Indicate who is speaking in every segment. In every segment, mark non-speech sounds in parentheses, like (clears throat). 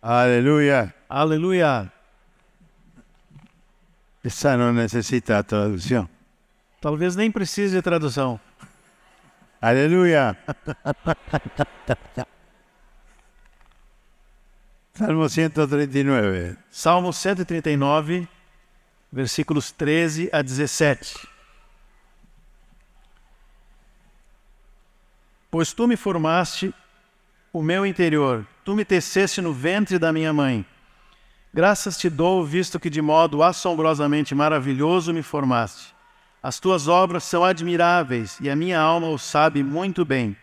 Speaker 1: Aleluya.
Speaker 2: Aleluya.
Speaker 1: Essa não necessita tradução.
Speaker 2: Talvez nem precise de tradução. (laughs)
Speaker 1: Aleluya. Salmo 139.
Speaker 2: Salmo 139, versículos 13 a 17. Pois tu me formaste o meu interior, tu me teceste no ventre da minha mãe. Graças te dou, visto que de modo assombrosamente maravilhoso me formaste. As tuas obras são admiráveis e a minha alma o sabe muito bem.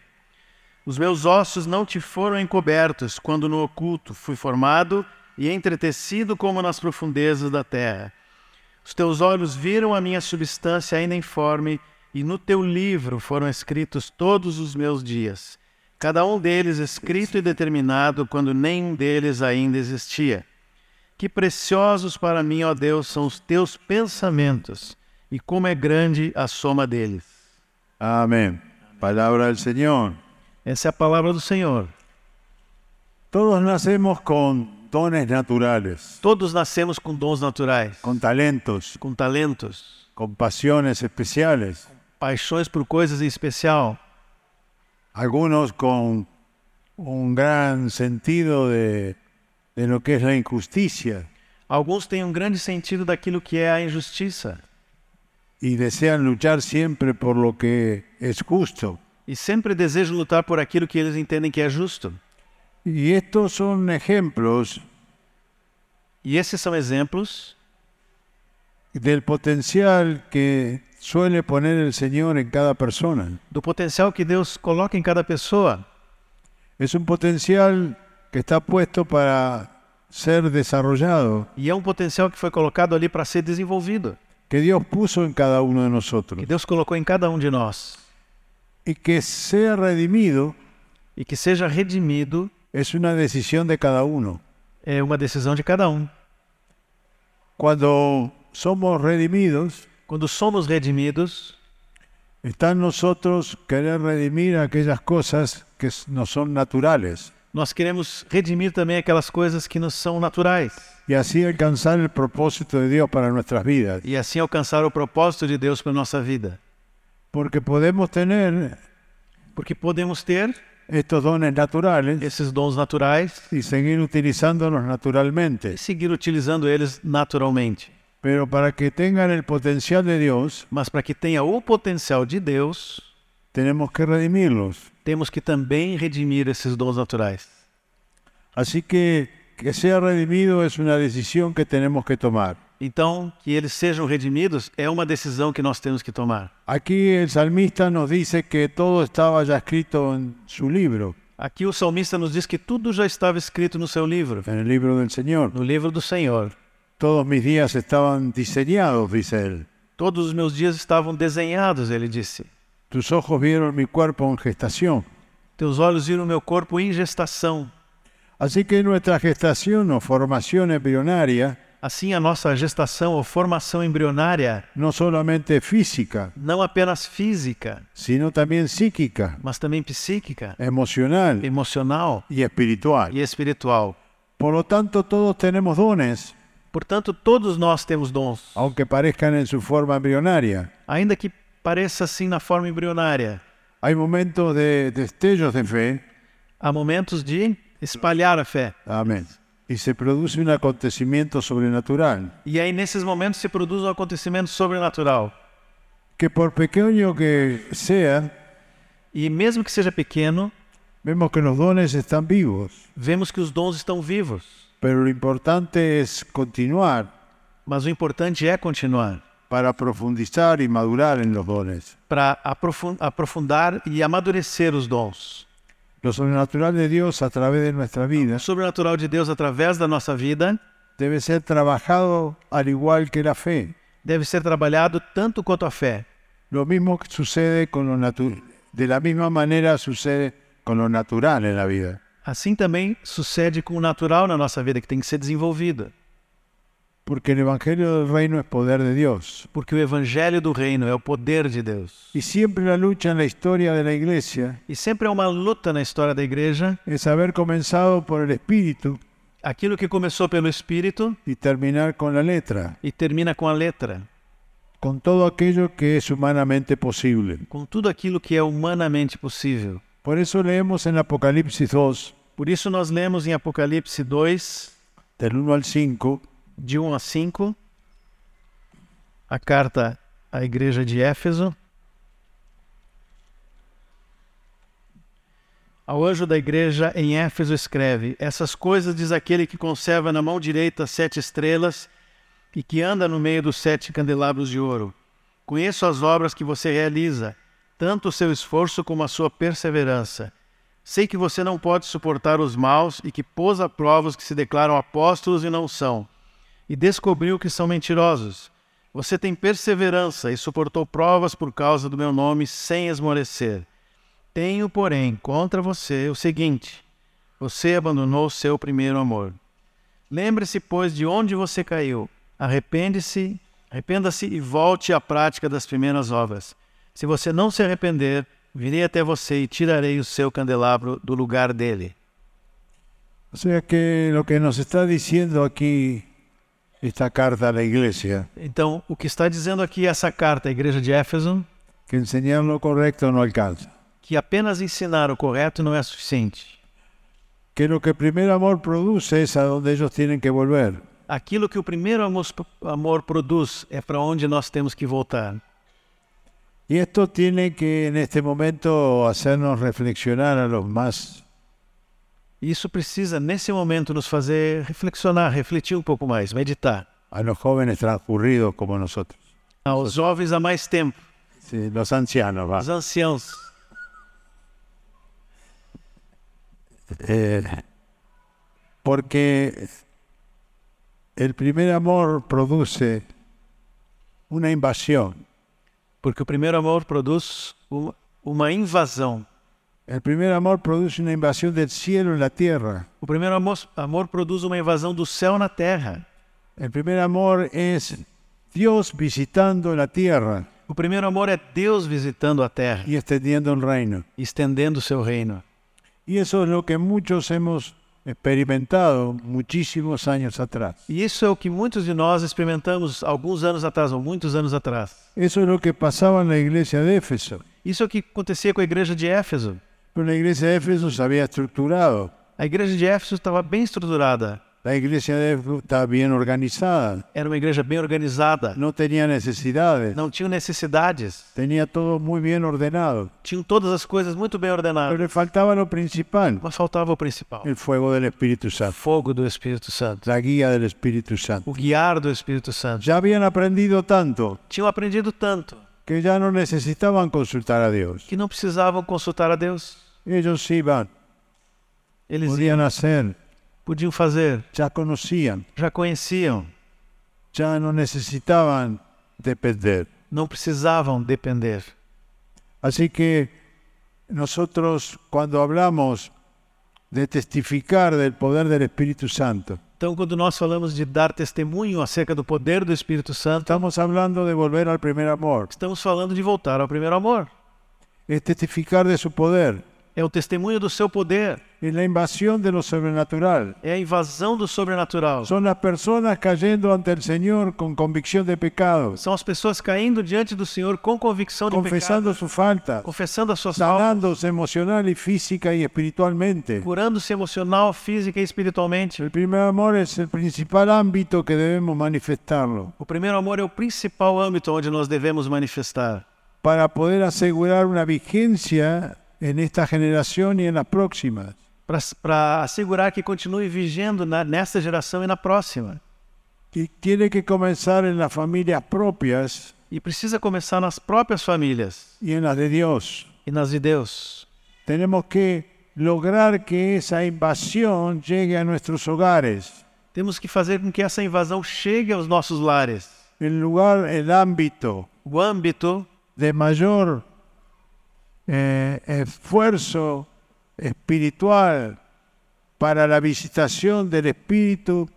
Speaker 2: Os meus ossos não te foram encobertos quando no oculto fui formado e entretecido como nas profundezas da terra. Os teus olhos viram a minha substância ainda informe e no teu livro foram escritos todos os meus dias, cada um deles escrito e determinado quando nenhum deles ainda existia. Que preciosos para mim, ó Deus, são os teus pensamentos e como é grande a soma deles.
Speaker 1: Amén. Palabra del Señor.
Speaker 2: Essa é a palavra do Senhor.
Speaker 1: Todos nacemos con dones naturales,
Speaker 2: Todos nascemos com dons naturais,
Speaker 1: con talentos,
Speaker 2: com talentos,
Speaker 1: con pasiones especiales,
Speaker 2: paixões por coisas em especial,
Speaker 1: algunos con un gran sentido de, de lo que es la injusticia
Speaker 2: Alguns têm um grande sentido daquilo que é a injustiça
Speaker 1: y desean luchar siempre por lo que es justo.
Speaker 2: e sempre desejam lutar por aquilo que eles entendem que é justo.
Speaker 1: Y estos son ejemplos
Speaker 2: E esses são exemplos
Speaker 1: del potencial que suele poner el Señor en cada persona.
Speaker 2: do potencial que Deus coloca em cada pessoa.
Speaker 1: Es un potencial que está puesto para ser desarrollado,
Speaker 2: E é um potencial que foi colocado ali para ser desenvolvido,
Speaker 1: que Dios puso en cada uno de
Speaker 2: que
Speaker 1: nosotros
Speaker 2: Deus colocou em cada um de nós.
Speaker 1: y que sea redimido
Speaker 2: E que seja redimido
Speaker 1: es una decisión de cada uno.
Speaker 2: é uma decisão de cada um.
Speaker 1: Cuando somos redimidos,
Speaker 2: Quando somos redimidos,
Speaker 1: está en nosotros querer redimir aquellas cosas que s- no son naturales
Speaker 2: nós queremos redimir também aquelas coisas que nos são naturais
Speaker 1: y así alcanzar el propósito de Dios para nuestras vidas.
Speaker 2: e assim alcançar o propósito de Deus para nossa vida.
Speaker 1: Porque podemos tener
Speaker 2: Porque podemos ter
Speaker 1: estos dones naturales
Speaker 2: esses dons naturais
Speaker 1: y seguir utilizándolos naturalmente.
Speaker 2: e seguir utilizando eles naturalmente.
Speaker 1: Pero para que tengan el potencial de Dios,
Speaker 2: Mas para que tenha o potencial de Deus,
Speaker 1: tenemos que redimirlos.
Speaker 2: temos que também redimir esses dons naturais.
Speaker 1: Así que que sea redimido es una decisión que tenemos que tomar.
Speaker 2: Então, que eles sejam redimidos é uma decisão que nós temos que tomar.
Speaker 1: Aquí el salmista nos dice que todo estaba ya escrito en su libro,
Speaker 2: Aqui o salmista nos diz que tudo já estava escrito no seu livro,
Speaker 1: en el libro del Señor.
Speaker 2: no livro do Senhor.
Speaker 1: Todos mis días estaban diseñados, dice él.
Speaker 2: Todos os meus dias estavam desenhados, ele disse.
Speaker 1: Tus ojos vieron mi cuerpo en gestación.
Speaker 2: Teus olhos viram meu corpo em gestação.
Speaker 1: Así que nuestra gestación o formación embrionaria
Speaker 2: Assim, a nossa gestação ou formação embrionária,
Speaker 1: no solamente física,
Speaker 2: não apenas física,
Speaker 1: sino también psíquica,
Speaker 2: mas também psíquica,
Speaker 1: emocional
Speaker 2: emocional
Speaker 1: y espiritual.
Speaker 2: e espiritual.
Speaker 1: Por lo tanto, todos tenemos dones,
Speaker 2: Portanto, todos nós temos dons,
Speaker 1: aunque parezcan en su forma embrionaria.
Speaker 2: ainda que pareça assim na forma embrionária.
Speaker 1: Hay momentos de destellos de fe,
Speaker 2: Há momentos de espalhar a fé.
Speaker 1: amén, y se produce un acontecimiento sobrenatural,
Speaker 2: E aí, nesses momentos, se produz um acontecimento sobrenatural.
Speaker 1: que por pequeño que sea,
Speaker 2: E mesmo que seja pequeno,
Speaker 1: vemos que los dones están vivos,
Speaker 2: vemos que os dons estão vivos.
Speaker 1: pero lo importante es continuar
Speaker 2: Mas o importante é continuar
Speaker 1: para profundizar y madurar en los dones.
Speaker 2: para aprofundar e amadurecer os dons.
Speaker 1: Lo sobrenatural de Dios a través de nuestra vida
Speaker 2: O sobrenatural de Deus através da nossa vida
Speaker 1: debe ser trabajado al igual que la fe.
Speaker 2: deve ser trabalhado tanto quanto a fé.
Speaker 1: Lo mismo que sucede con lo natural. De la misma manera sucede con lo natural en la vida.
Speaker 2: Assim também sucede com o natural na nossa vida, que tem que ser desenvolvido.
Speaker 1: Porque el Evangelio del Reino es poder de Dios.
Speaker 2: Porque o evangelho do reino é o poder de Deus.
Speaker 1: Y siempre la lucha en la historia de la Iglesia
Speaker 2: E sempre é uma luta na história da igreja
Speaker 1: es haber comenzado por el Espíritu
Speaker 2: aquilo que começou pelo espírito
Speaker 1: y terminar con la letra,
Speaker 2: e termina com a letra,
Speaker 1: con todo aquello que es humanamente posible.
Speaker 2: com tudo aquilo que é humanamente possível.
Speaker 1: Por eso leemos en Apocalipsis 2,
Speaker 2: Por isso nós lemos em Apocalipse 2,
Speaker 1: del 1 al 5,
Speaker 2: de 1 a 5, a carta à igreja de Éfeso. Ao anjo da igreja em Éfeso escreve: Essas coisas diz aquele que conserva na mão direita as sete estrelas e que anda no meio dos sete candelabros de ouro. Conheço as obras que você realiza, tanto o seu esforço como a sua perseverança. Sei que você não pode suportar os maus e que pôs à prova os que se declaram apóstolos e não são, e descobriu que são mentirosos. Você tem perseverança e suportou provas por causa do meu nome sem esmorecer. Tenho, porém, contra você o seguinte: você abandonou o seu primeiro amor. Lembre-se, pois, de onde você caiu. Arrepende-se, arrependa-se e volte à prática das primeiras obras. Se você não se arrepender, virei até você e tirarei o seu candelabro do lugar dele.
Speaker 1: O sea que lo que nos está diciendo aquí esta carta a la iglesia,
Speaker 2: Então, o que está dizendo aqui essa carta à igreja de Éfeso,
Speaker 1: que enseñar lo correcto no alcanza.
Speaker 2: que apenas ensinar o correto não é suficiente.
Speaker 1: Que lo que primer amor produce es a donde ellos tienen que volver.
Speaker 2: Aquilo que o primeiro amos- amor produz é para onde nós temos que voltar.
Speaker 1: Y esto tiene que en este momento hacernos reflexionar a los más
Speaker 2: Isso precisa, nesse momento, nos fazer reflexionar, refletir um pouco mais, meditar.
Speaker 1: a los jóvenes transcurridos como nosotros,
Speaker 2: Aos jovens há mais tempo,
Speaker 1: Sí, los ancianos, va.
Speaker 2: aos anciãos,
Speaker 1: Eh, porque el primer amor produce una invasión.
Speaker 2: porque o primeiro amor produz uma, uma invasão.
Speaker 1: El primer amor produce una invasión del cielo en la tierra.
Speaker 2: O primeiro amor, amor produz uma invasão do céu na terra.
Speaker 1: El primer amor es Dios visitando la tierra
Speaker 2: O primeiro amor é Deus visitando a terra.
Speaker 1: y extendiendo un reino.
Speaker 2: estendendo o seu reino.
Speaker 1: Y eso es lo que muchos hemos experimentado muchísimos años atrás.
Speaker 2: E isso é o que muitos de nós experimentamos alguns anos atrás, ou muitos anos atrás.
Speaker 1: Eso es lo que pasaba en la iglesia de Éfeso.
Speaker 2: Isso é o que acontecia com a igreja de Éfeso.
Speaker 1: Pero la iglesia de Éfeso se había estructurado.
Speaker 2: A igreja de Éfeso estava bem estruturada,
Speaker 1: La iglesia de Éfeso estaba bien organizada.
Speaker 2: era uma igreja bem organizada,
Speaker 1: No tenía necesidades.
Speaker 2: não tinha necessidades,
Speaker 1: Tenía todo muy bien ordenado.
Speaker 2: tinham todas as coisas muito bem
Speaker 1: Pero
Speaker 2: ordenadas,
Speaker 1: le faltaba lo principal.
Speaker 2: mas faltava o principal:
Speaker 1: El fuego del Espíritu
Speaker 2: o
Speaker 1: Santo.
Speaker 2: fogo do Espírito Santo,
Speaker 1: La guía del Espíritu Santo.
Speaker 2: o guiar do Espírito Santo.
Speaker 1: Ya habían aprendido tanto
Speaker 2: Tinham aprendido tanto
Speaker 1: que ya no necesitaban consultar a Dios.
Speaker 2: que não precisavam consultar a Deus.
Speaker 1: Ellos iban,
Speaker 2: Eles
Speaker 1: podían hacer,
Speaker 2: podiam fazer,
Speaker 1: ya conocían,
Speaker 2: já conheciam,
Speaker 1: ya no necesitaban depender.
Speaker 2: não precisavam depender.
Speaker 1: Así que nosotros cuando hablamos de testificar del poder del Espíritu Santo,
Speaker 2: Então, quando nós falamos de dar testemunho acerca do poder do Espírito Santo,
Speaker 1: estamos hablando de volver al primer amor,
Speaker 2: estamos falando de voltar ao primeiro amor.
Speaker 1: es testificar de su poder,
Speaker 2: É o testemunho do seu poder,
Speaker 1: es la invasión de lo sobrenatural.
Speaker 2: é a invasão do sobrenatural.
Speaker 1: Son las personas cayendo ante el Señor con convicción de pecado,
Speaker 2: São as pessoas caindo diante do Senhor com convicção de pecado,
Speaker 1: confesando su falta,
Speaker 2: confessando as suas faltas,
Speaker 1: sanándose emocional y física y espiritualmente.
Speaker 2: curando-se emocional, física e espiritualmente.
Speaker 1: El primer amor es el principal ámbito que debemos manifestarlo
Speaker 2: O primeiro amor é o principal âmbito onde nós devemos manifestar,
Speaker 1: para poder asegurar una vigencia en esta generación y en las próximas.
Speaker 2: para assegurar que continue vigendo na, nesta geração e na próxima.
Speaker 1: Y tiene que comenzar en las familias propias
Speaker 2: E precisa começar nas próprias famílias
Speaker 1: y en las de Dios.
Speaker 2: e nas de Deus.
Speaker 1: Tenemos que lograr que esa invasión llegue a nuestros hogares,
Speaker 2: Temos que fazer com que essa invasão chegue aos nossos lares.
Speaker 1: el lugar, el ámbito
Speaker 2: O âmbito
Speaker 1: de mayor eh, esfuerzo espiritual para la visitación del Espíritu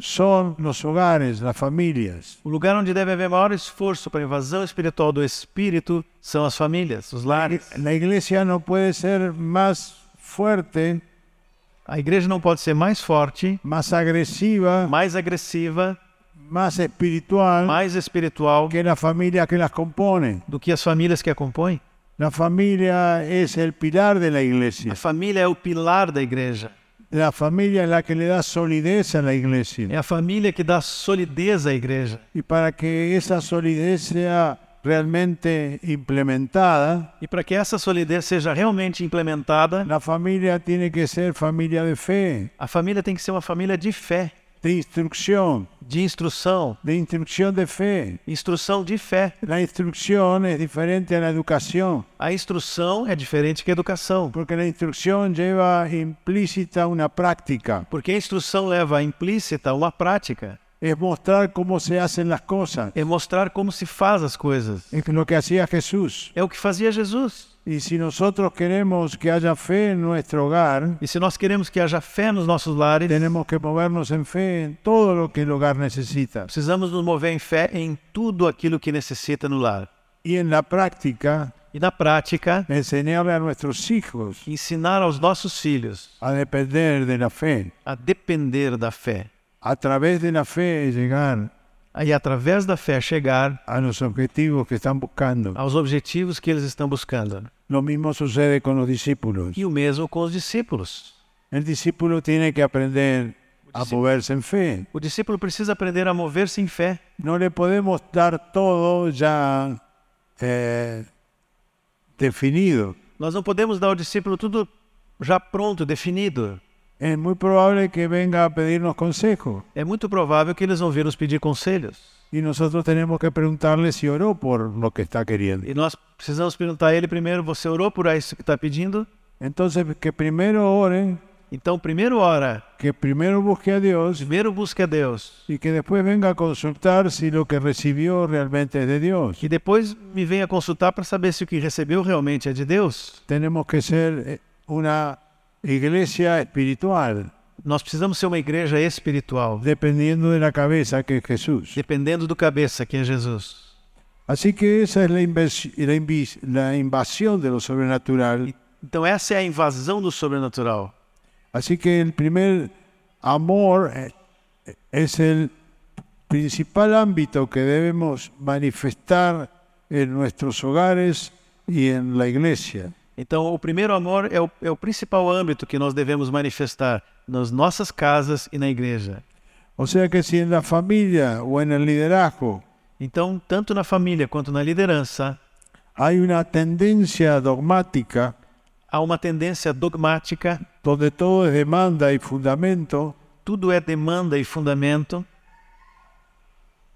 Speaker 1: son los hogares, las familias.
Speaker 2: O lugar onde deve haver maior esforço para a invasão espiritual do espírito são as famílias, os lares.
Speaker 1: La iglesia no puede ser más fuerte
Speaker 2: A igreja não pode ser mais forte,
Speaker 1: más agresiva,
Speaker 2: mais agressiva,
Speaker 1: más espiritual
Speaker 2: mais espiritual
Speaker 1: que las familias que las componen.
Speaker 2: do que as famílias que a compõem.
Speaker 1: La familia es el pilar de la iglesia.
Speaker 2: A família é o pilar da igreja.
Speaker 1: La familia es la que le da solidez a la iglesia.
Speaker 2: É a família que dá solidez à igreja.
Speaker 1: Y para que esa solidez sea realmente implementada,
Speaker 2: E para que essa solidez seja realmente implementada,
Speaker 1: la familia tiene que ser familia de fe,
Speaker 2: a família tem que ser uma família de fé,
Speaker 1: de instrucción,
Speaker 2: de instrução,
Speaker 1: de instrucción de fe.
Speaker 2: instrução de fé.
Speaker 1: La instrucción es diferente a la educación,
Speaker 2: A instrução é diferente que a educação,
Speaker 1: porque la instrucción lleva implícita una práctica,
Speaker 2: porque a instrução leva implícita uma prática,
Speaker 1: es mostrar cómo se hacen las cosas,
Speaker 2: é mostrar como se faz as coisas.
Speaker 1: es lo que hacía Jesús.
Speaker 2: É o que fazia Jesus.
Speaker 1: Y si nosotros queremos que haya fe en nuestro hogar,
Speaker 2: E se nós queremos que haja fé nos nossos lares,
Speaker 1: tenemos que movernos en fe en todo lo que el hogar necesita.
Speaker 2: precisamos nos mover em fé em tudo aquilo que necessita no lar.
Speaker 1: Y en la práctica,
Speaker 2: E na prática,
Speaker 1: enseñarle a nuestros hijos
Speaker 2: ensinar aos nossos filhos
Speaker 1: a depender de la fe.
Speaker 2: a depender da fé
Speaker 1: A través de la fe llegar
Speaker 2: e através da fé chegar
Speaker 1: a los objetivos que están buscando.
Speaker 2: aos objetivos que eles estão buscando.
Speaker 1: Lo mismo sucede con los discípulos.
Speaker 2: E o mesmo com os discípulos.
Speaker 1: El discípulo tiene que aprender a
Speaker 2: Discípulo.
Speaker 1: moverse en fe.
Speaker 2: O discípulo precisa aprender a mover-se em fé.
Speaker 1: No le podemos dar todo ya eh, definido.
Speaker 2: Nós não podemos dar ao discípulo tudo já pronto, definido.
Speaker 1: Es muy probable que venga a pedirnos consejos
Speaker 2: É muito provável que eles vão vir nos pedir conselhos.
Speaker 1: y nosotros tenemos que preguntarle si oró por lo que está queriendo.
Speaker 2: E nós precisamos perguntar a ele primeiro: você orou por isso que está pedindo?
Speaker 1: Entonces, que primero oren,
Speaker 2: Então, primeiro ora,
Speaker 1: que primero busque a Dios
Speaker 2: primeiro busque a Deus.
Speaker 1: y que después venga a consultar si lo que recibió realmente es de Dios.
Speaker 2: E depois me venha consultar para saber se o que recebeu realmente é de Deus.
Speaker 1: Tenemos que ser eh, una iglesia espiritual,
Speaker 2: Nós precisamos ser uma igreja espiritual,
Speaker 1: dependiendo de la cabeza que es Jesús.
Speaker 2: dependendo do cabeça, que é Jesus.
Speaker 1: Así que esa es la, invas- la invis- la invasión de lo sobrenatural.
Speaker 2: Então, essa é a invasão do sobrenatural.
Speaker 1: Así que el primer amor eh, es el principal ámbito que debemos manifestar en nuestros hogares y en la iglesia.
Speaker 2: Então, o primeiro amor é o, é o principal âmbito que nós devemos manifestar nas nossas casas e na igreja.
Speaker 1: O sea que si en la familia o en el liderazgo
Speaker 2: Então, tanto na família quanto na liderança,
Speaker 1: hay una tendencia dogmática
Speaker 2: há uma tendência dogmática,
Speaker 1: donde todo es demanda y fundamento,
Speaker 2: tudo é demanda e fundamento,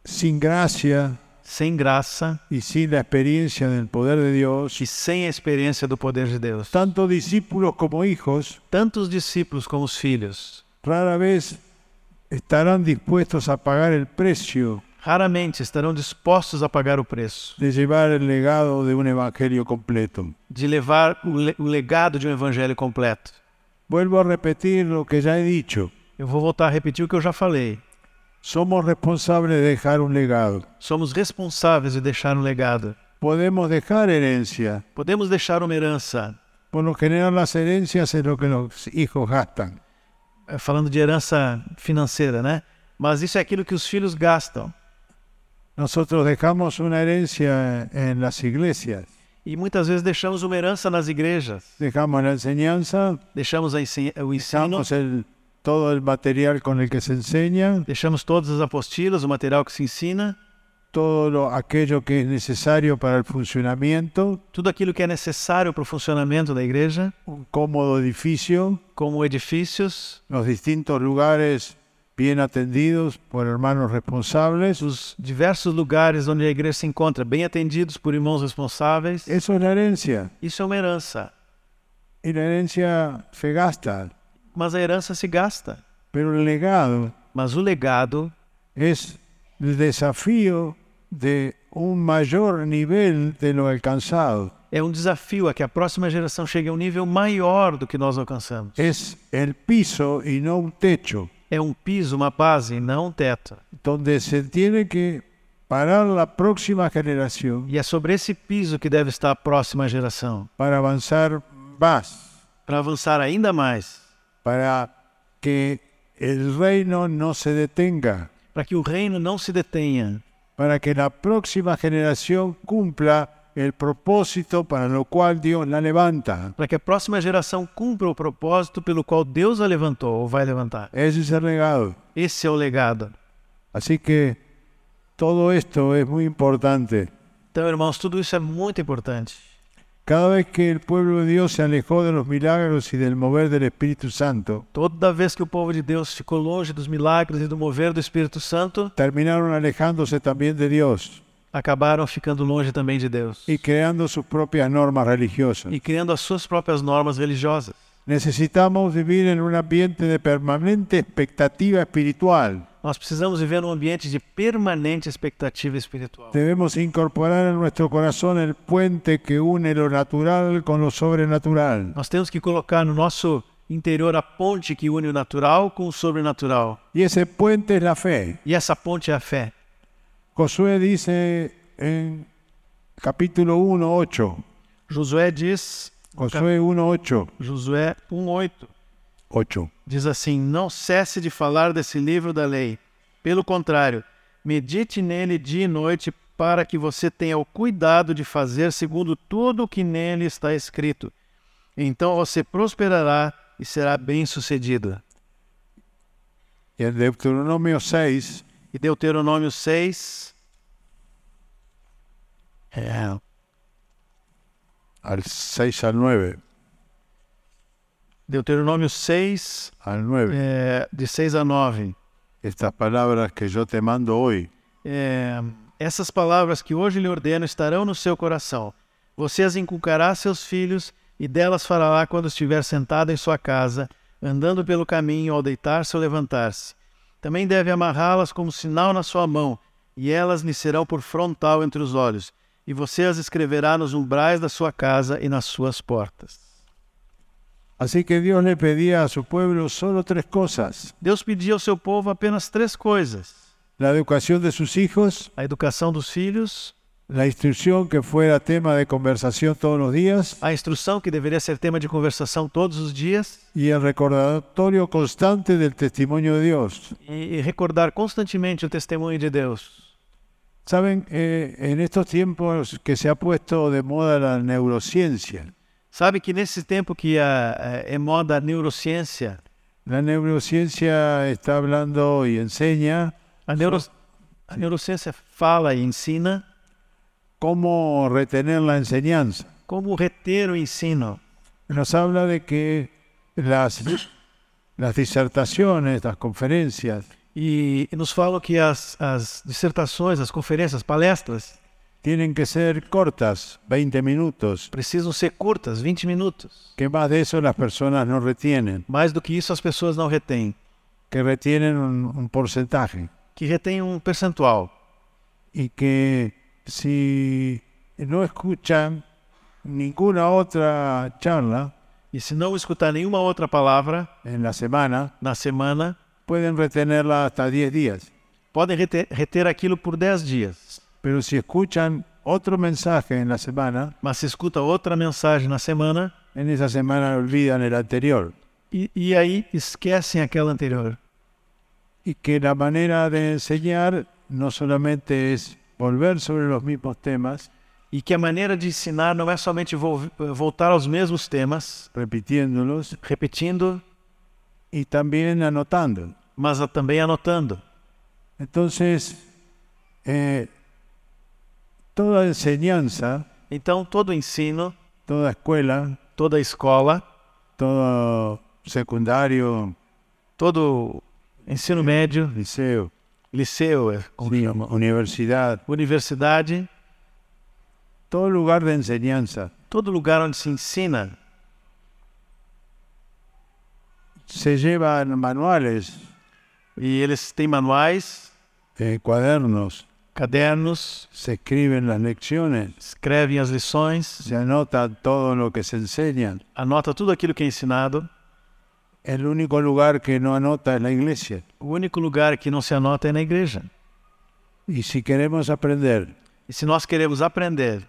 Speaker 1: sin gracia
Speaker 2: sem graça
Speaker 1: y sin la experiencia del poder de Dios,
Speaker 2: e sem a experiência do poder de Deus.
Speaker 1: tanto discípulos como hijos
Speaker 2: Tanto os discípulos como os filhos
Speaker 1: rara vez estarán dispuestos a pagar el precio
Speaker 2: raramente estarão dispostos a pagar o preço
Speaker 1: de llevar el legado de un evangelio completo.
Speaker 2: de levar o, le- o legado de um evangelho completo.
Speaker 1: Vuelvo a repetir lo que ya he dicho.
Speaker 2: Eu vou voltar a repetir o que eu já falei.
Speaker 1: Somos responsables de dejar un legado.
Speaker 2: Somos responsáveis de deixar um legado.
Speaker 1: Podemos dejar herencia.
Speaker 2: Podemos deixar uma herança.
Speaker 1: Por lo general las herencias es lo que los hijos gastan.
Speaker 2: eh, Falando de herança financeira, né? Mas isso é aquilo que os filhos gastam.
Speaker 1: Nosotros dejamos una herencia en las iglesias.
Speaker 2: E muitas vezes deixamos uma herança nas igrejas.
Speaker 1: Dejamos la enseñanza,
Speaker 2: Deixamos a ensi- o ensino,
Speaker 1: dejamos el- todo el material con el que se enseña,
Speaker 2: deixamos todas as apostilas, o material que se ensina,
Speaker 1: todo lo- aquello que es necesario para el funcionamiento,
Speaker 2: tudo aquilo que é necessário para o funcionamento da igreja,
Speaker 1: un cómodo edificio,
Speaker 2: como edifícios,
Speaker 1: los distintos lugares bien atendidos por hermanos responsables.
Speaker 2: os diversos lugares onde a igreja se encontra, bem atendidos por irmãos responsáveis.
Speaker 1: Eso es la herencia.
Speaker 2: Isso é uma herança,
Speaker 1: Y la herencia se gasta,
Speaker 2: mas a herança se gasta.
Speaker 1: pero el legado
Speaker 2: Mas o legado
Speaker 1: es el desafío de un mayor nivel de lo alcanzado.
Speaker 2: é um desafio a que a próxima geração chegue a um nível maior do que nós alcançamos.
Speaker 1: Es el piso y no un techo,
Speaker 2: É um piso, uma base, não um teto.
Speaker 1: donde se tiene que parar la próxima generación
Speaker 2: E é sobre esse piso que deve estar a próxima geração,
Speaker 1: para avanzar más.
Speaker 2: para avançar ainda mais.
Speaker 1: para que el reino no se detenga,
Speaker 2: para que o reino não se detenha,
Speaker 1: para que la próxima generación cumpla el propósito para lo cual Dios la levanta.
Speaker 2: para que a próxima geração cumpra o propósito pelo qual Deus a levantou ou vai levantar.
Speaker 1: Ese es el legado.
Speaker 2: Esse é o legado.
Speaker 1: Así que todo esto es muy importante.
Speaker 2: Então, irmãos, tudo isso é muito importante.
Speaker 1: Cada vez que el pueblo de Dios se alejó de los milagros y del mover del Espíritu Santo,
Speaker 2: Toda vez que o povo de Deus ficou longe dos milagres e do mover do Espírito Santo,
Speaker 1: terminaron alejándose también de Dios
Speaker 2: acabaram ficando longe também de Deus
Speaker 1: y creando sus propias normas religiosas.
Speaker 2: e criando as suas próprias normas religiosas.
Speaker 1: Necesitamos vivir en un ambiente de permanente expectativa espiritual.
Speaker 2: Nós precisamos viver num ambiente de permanente expectativa espiritual.
Speaker 1: Debemos incorporar en nuestro corazón el puente que une lo natural con lo sobrenatural.
Speaker 2: Nós temos que colocar no nosso interior a ponte que une o natural com o sobrenatural.
Speaker 1: Y ese puente es la fe.
Speaker 2: E essa ponte é a fé.
Speaker 1: Josué dice en capítulo 1, 8.
Speaker 2: Josué diz,
Speaker 1: Josué 1, 8.
Speaker 2: Josué 1:8,
Speaker 1: 8.
Speaker 2: diz assim: Não cesse de falar desse livro da lei. Pelo contrário, medite nele dia e noite para que você tenha o cuidado de fazer segundo tudo o que nele está escrito. Então você prosperará e será bem-sucedido.
Speaker 1: Y en Deuteronomio 6,
Speaker 2: E Deuteronômio 6. É,
Speaker 1: al 6 al 9.
Speaker 2: Deuteronômio 6,
Speaker 1: Al 9.
Speaker 2: é, de 6 a 9.
Speaker 1: Estas palabras que yo te mando hoy
Speaker 2: É, essas palavras que hoje lhe ordeno estarão no seu coração. Você as inculcará a seus filhos e delas falará quando estiver sentado em sua casa, andando pelo caminho, ao deitar-se ou levantar-se. Também deve amarrá-las como sinal na sua mão, e elas lhe serão por frontal entre os olhos, e você as escreverá nos umbrais da sua casa e nas suas portas.
Speaker 1: Así que Dios le pedía a su pueblo solo tres cosas.
Speaker 2: Deus pedia ao seu povo apenas três coisas:
Speaker 1: La educación de sus hijos,
Speaker 2: a educação dos filhos,
Speaker 1: la instrucción que fuera tema de conversación todos los días
Speaker 2: a instrução, que deveria ser tema de conversação todos os dias,
Speaker 1: y el recordatorio constante del testimonio de Dios.
Speaker 2: e e recordar constantemente o testemunho de Deus.
Speaker 1: Saben, Eh, en estos tiempos que se ha puesto de moda la neurociencia,
Speaker 2: Sabe que nesse tempo que a, a, é moda a neurociência,
Speaker 1: la neurociencia está hablando y enseña
Speaker 2: a, neuro, a neurociência fala e ensina
Speaker 1: cómo retener la enseñanza.
Speaker 2: como reter o ensino.
Speaker 1: Nos habla de que las, las disertaciones, las conferencias,
Speaker 2: E, e nos falam que as, as dissertações, as conferências, palestras
Speaker 1: tienen que ser cortas, 20 minutos,
Speaker 2: precisam ser curtas, 20 minutos.
Speaker 1: que más de eso las personas no retienen,
Speaker 2: Mais do que isso, as pessoas não retêm,
Speaker 1: que retienen un, un porcentaje
Speaker 2: que retêm um percentual.
Speaker 1: y que si no escuchan ninguna otra charla
Speaker 2: E se não escutar nenhuma outra palavra
Speaker 1: en la semana,
Speaker 2: na semana,
Speaker 1: pueden retenerla hasta 10 días.
Speaker 2: podem reter, reter aquilo por 10 dias.
Speaker 1: Pero si escuchan otro mensaje en la semana,
Speaker 2: mas se escuta outra mensagem na semana
Speaker 1: en esa semana olvidan el anterior.
Speaker 2: e, e aí esquecem aquela anterior.
Speaker 1: Y que la manera de enseñar no solamente es volver sobre los mismos temas,
Speaker 2: E que a maneira de ensinar não é somente vol- voltar aos mesmos temas,
Speaker 1: repitiéndolos,
Speaker 2: repetindo,
Speaker 1: y también anotando.
Speaker 2: mas a- também anotando.
Speaker 1: Entonces, eh, toda enseñanza,
Speaker 2: Então, todo ensino,
Speaker 1: toda escuela,
Speaker 2: toda escola,
Speaker 1: todo secundario,
Speaker 2: todo ensino médio,
Speaker 1: liceo,
Speaker 2: liceu, é como
Speaker 1: uni-
Speaker 2: chama,
Speaker 1: universidad,
Speaker 2: universidade,
Speaker 1: todo lugar de enseñanza
Speaker 2: todo lugar onde se ensina,
Speaker 1: se llevan manuales,
Speaker 2: e eles têm manuais,
Speaker 1: eh, cuadernos,
Speaker 2: cadernos,
Speaker 1: se escriben las lecciones,
Speaker 2: escrevem as lições,
Speaker 1: se anotan todo lo que se enseña.
Speaker 2: anota tudo aquilo que é ensinado.
Speaker 1: El único lugar que no anota es la iglesia.
Speaker 2: O único lugar que não se anota é na igreja.
Speaker 1: Y si queremos aprender
Speaker 2: E se nós queremos aprender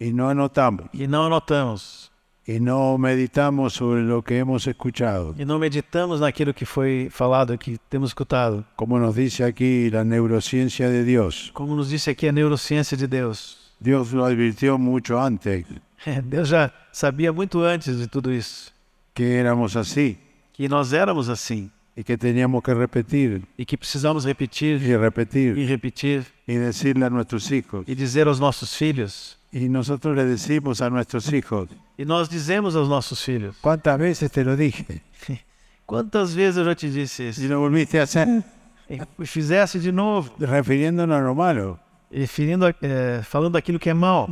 Speaker 1: y no anotamos
Speaker 2: e não anotamos,
Speaker 1: y no meditamos sobre lo que hemos escuchado.
Speaker 2: E não meditamos naquilo que foi falado, que temos escutado.
Speaker 1: Como nos dice aquí la neurociencia de Dios.
Speaker 2: Como nos disse aqui a neurociência de Deus. (laughs)
Speaker 1: Dios lo advirtió mucho antes
Speaker 2: É, Deus já sabia muito antes de tudo isso
Speaker 1: que éramos así
Speaker 2: que nós éramos assim
Speaker 1: y que teníamos que repetir
Speaker 2: e que precisamos repetir
Speaker 1: y
Speaker 2: e
Speaker 1: repetir
Speaker 2: repetir
Speaker 1: y decirle a nuestros hijos.
Speaker 2: e dizer aos nossos filhos.
Speaker 1: Y nosotros le decimos a nuestros hijos,
Speaker 2: E nós dizemos aos nossos filhos:
Speaker 1: ¿cuántas veces te lo dije?
Speaker 2: Quantas vezes eu já te disse
Speaker 1: Si
Speaker 2: isso?
Speaker 1: lo volviste a hacer,
Speaker 2: E fizesse de novo,
Speaker 1: refiriéndonos a lo malo.
Speaker 2: referindo a- eh, falando aquilo que é mal,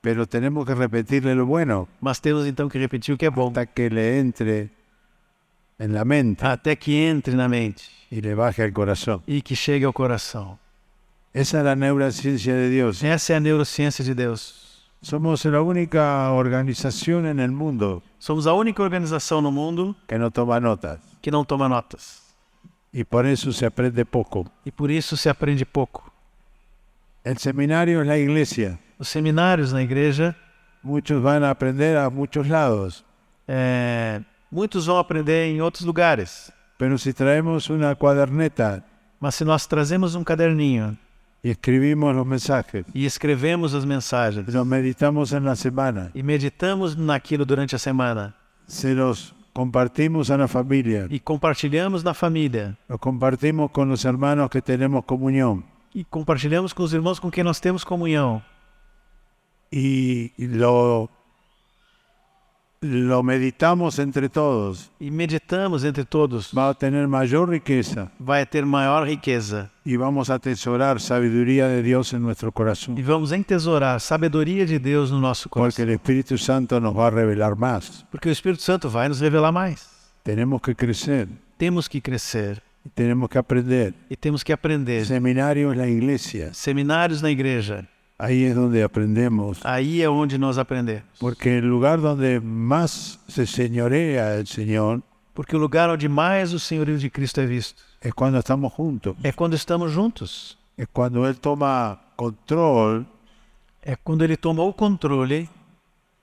Speaker 1: Pero tenemos que repetirle lo bueno
Speaker 2: mas temos então que repetir o que é bom,
Speaker 1: hasta que le entre en la mente
Speaker 2: até que entre na mente
Speaker 1: y le baje al corazón.
Speaker 2: e que chegue ao coração.
Speaker 1: Esa es la neurociencia de Dios.
Speaker 2: Essa é a neurociência de Deus.
Speaker 1: Somos la única organización en el mundo
Speaker 2: Somos a única organização no mundo
Speaker 1: que no toma notas
Speaker 2: que não toma notas.
Speaker 1: y por eso se aprende poco.
Speaker 2: E por isso se aprende pouco.
Speaker 1: El seminario es la iglesia.
Speaker 2: Os seminários na igreja,
Speaker 1: Muchos van a aprender a muchos lados,
Speaker 2: eh, muitos vão aprender em outros lugares.
Speaker 1: pero si traemos una cuaderneta
Speaker 2: Mas se nós trazemos um caderninho
Speaker 1: y escribimos los mensajes,
Speaker 2: e escrevemos as mensagens
Speaker 1: los meditamos en la semana,
Speaker 2: e meditamos naquilo durante a semana
Speaker 1: se los compartimos a la familia,
Speaker 2: e compartilhamos na família
Speaker 1: los compartimos con los hermanos que tenemos comunión
Speaker 2: e compartilhamos com os irmãos com quem nós temos comunhão
Speaker 1: y lo, lo meditamos entre todos,
Speaker 2: e meditamos entre todos,
Speaker 1: va a tener mayor riqueza
Speaker 2: vai ter maior riqueza
Speaker 1: y vamos a atesorar sabiduría de Dios en nuestro
Speaker 2: e
Speaker 1: corazón,
Speaker 2: vamos entesourar a sabedoria de Deus no nosso
Speaker 1: porque
Speaker 2: coração.
Speaker 1: el Espíritu Santo nos va a revelar más.
Speaker 2: Porque o Espírito Santo vai nos revelar mais.
Speaker 1: Tenemos que crecer,
Speaker 2: Temos que crescer
Speaker 1: tenemos que aprender.
Speaker 2: e temos que
Speaker 1: El
Speaker 2: aprender.
Speaker 1: seminario es la iglesia,
Speaker 2: Seminários na igreja,
Speaker 1: ahí es donde aprendemos.
Speaker 2: aí é onde nós aprendemos.
Speaker 1: Porque el lugar donde más se señorea el Señor
Speaker 2: Porque o lugar onde mais o senhorio de Cristo é visto
Speaker 1: es cuando estamos juntos,
Speaker 2: é quando estamos juntos.
Speaker 1: es cuando Él toma control
Speaker 2: É quando ele toma o controle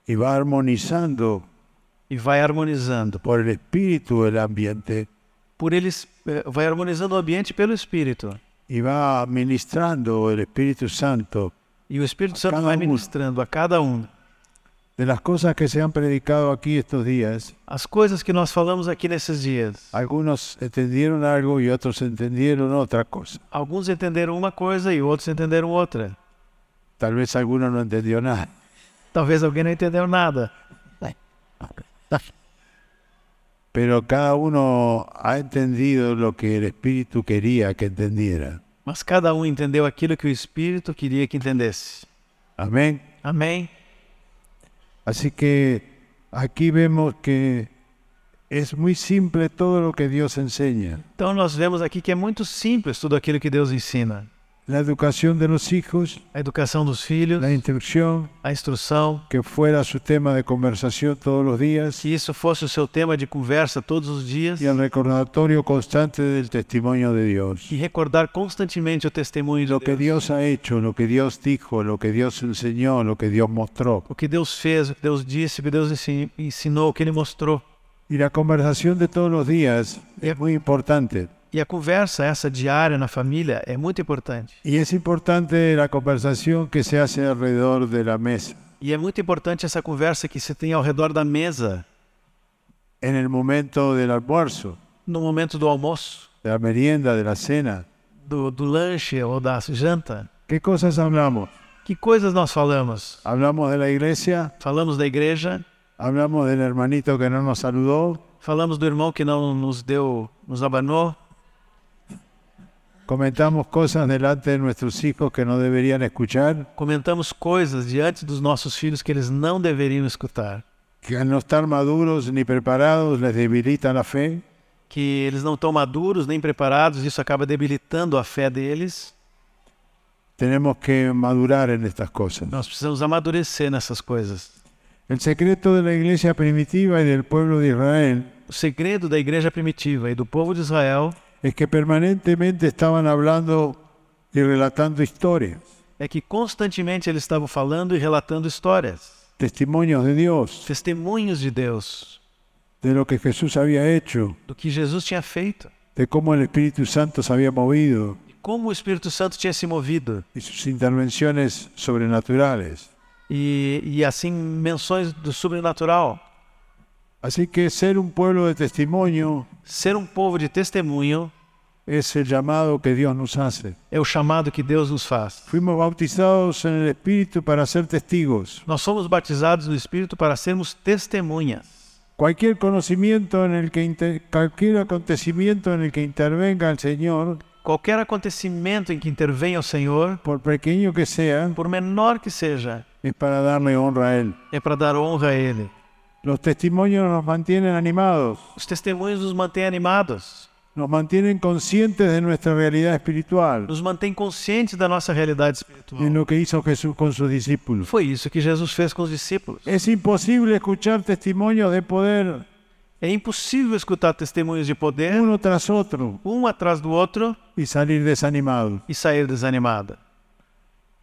Speaker 1: y va armonizando
Speaker 2: e vai harmonizando.
Speaker 1: por el espíritu del ambiente
Speaker 2: Por eles eh, vai harmonizando o ambiente pelo espírito.
Speaker 1: y va ministrando el Espíritu Santo
Speaker 2: E o Espírito Santo
Speaker 1: cada
Speaker 2: vai
Speaker 1: um.
Speaker 2: ministrando a cada um.
Speaker 1: de las cosas que se han predicado aquí estos días.
Speaker 2: As coisas que nós falamos aqui nesses dias.
Speaker 1: Algunos entendieron algo y otros entendieron otra cosa.
Speaker 2: Alguns entenderam uma coisa e outros entenderam outra.
Speaker 1: Tal vez alguno no entendió nada.
Speaker 2: Talvez alguém não entendeu nada.
Speaker 1: Pero cada uno ha entendido lo que el Espíritu quería que entendiera.
Speaker 2: Mas cada um entendeu aquilo que o Espírito queria que entendesse.
Speaker 1: Amén.
Speaker 2: Amém?
Speaker 1: Así que aquí vemos que es muy simple todo lo que Dios enseña.
Speaker 2: Então nós vemos aqui que é muito simples tudo aquilo que Deus ensina.
Speaker 1: La educación de los hijos,
Speaker 2: A educação dos filhos,
Speaker 1: la instrucción,
Speaker 2: a instrução,
Speaker 1: que fuera su tema de conversación todos los días
Speaker 2: se isso fosse o seu tema de conversa todos os dias
Speaker 1: y el recordatorio constante del testimonio de Dios.
Speaker 2: e recordar constantemente o testemunho
Speaker 1: Lo
Speaker 2: de
Speaker 1: que
Speaker 2: Deus.
Speaker 1: Dios ha hecho, lo que Dios dijo, lo que Dios enseñó, lo que Dios mostró.
Speaker 2: O que Deus fez, o que Deus disse, o que Deus ensi- ensinou, o que Ele mostrou.
Speaker 1: Y la conversación de todos los días es muy importante.
Speaker 2: E a conversa essa diária na família é muito importante.
Speaker 1: Y es importante la conversación que se hace alrededor de la mesa,
Speaker 2: E é muito importante essa conversa que se tem ao redor da mesa,
Speaker 1: en el momento del almuerzo,
Speaker 2: no momento do almoço,
Speaker 1: de la merienda, de la cena.
Speaker 2: do, do lanche ou da janta.
Speaker 1: ¿Qué cosas hablamos?
Speaker 2: Que coisas nós falamos?
Speaker 1: Hablamos de la iglesia,
Speaker 2: Falamos da igreja,
Speaker 1: hablamos del hermanito que no nos saludó,
Speaker 2: falamos do irmão que não nos deu, nos abanou,
Speaker 1: comentamos cosas delante de nuestros hijos que no deberían escuchar,
Speaker 2: comentamos coisas diante dos nossos filhos que eles não deveriam escutar,
Speaker 1: que al no estar maduros ni preparados les debilita la fe.
Speaker 2: que eles não estão maduros nem preparados, isso acaba debilitando a fé deles.
Speaker 1: Tenemos que madurar en estas cosas.
Speaker 2: Nós precisamos amadurecer nessas coisas.
Speaker 1: El secreto de la iglesia primitiva y del pueblo de Israel
Speaker 2: O segredo da igreja primitiva e do povo de Israel
Speaker 1: es que permanentemente estaban hablando y relatando historias.
Speaker 2: é que constantemente eles estavam falando e relatando histórias.
Speaker 1: testimonios de Dios,
Speaker 2: testemunhos de Deus,
Speaker 1: de lo que Jesús había hecho,
Speaker 2: do que Jesus tinha feito,
Speaker 1: de cómo el Espíritu Santo se había movido
Speaker 2: de como o Espírito Santo tinha se movido.
Speaker 1: y sus intervenciones sobrenaturales.
Speaker 2: E, e assim, menções do sobrenatural.
Speaker 1: Así que ser un pueblo de testimonio
Speaker 2: Ser um povo de testemunho
Speaker 1: es el llamado que Dios nos hace.
Speaker 2: é o chamado que Deus nos faz.
Speaker 1: Fuimos bautizados en el Espíritu para ser testigos.
Speaker 2: Nós somos batizados no Espírito para sermos testemunhas.
Speaker 1: Cualquier conocimiento en el que inter- cualquier acontecimiento en el que intervenga el Señor,
Speaker 2: Qualquer acontecimento em que intervenha o Senhor,
Speaker 1: por pequeño que sea,
Speaker 2: por menor que seja,
Speaker 1: es para darle honra a Él.
Speaker 2: é para dar honra a Ele.
Speaker 1: Los testimonios nos mantienen animados,
Speaker 2: Os testemunhos nos mantêm animados,
Speaker 1: nos mantienen conscientes de nuestra realidad espiritual,
Speaker 2: nos mantêm conscientes da nossa realidade espiritual.
Speaker 1: en lo que hizo Jesús con sus discípulos.
Speaker 2: Foi isso que Jesus fez com os discípulos.
Speaker 1: Es imposible escuchar testimonios de poder
Speaker 2: É impossível escutar testemunhos de poder,
Speaker 1: uno tras otro
Speaker 2: um atrás do outro,
Speaker 1: y salir desanimado.
Speaker 2: e sair desanimada.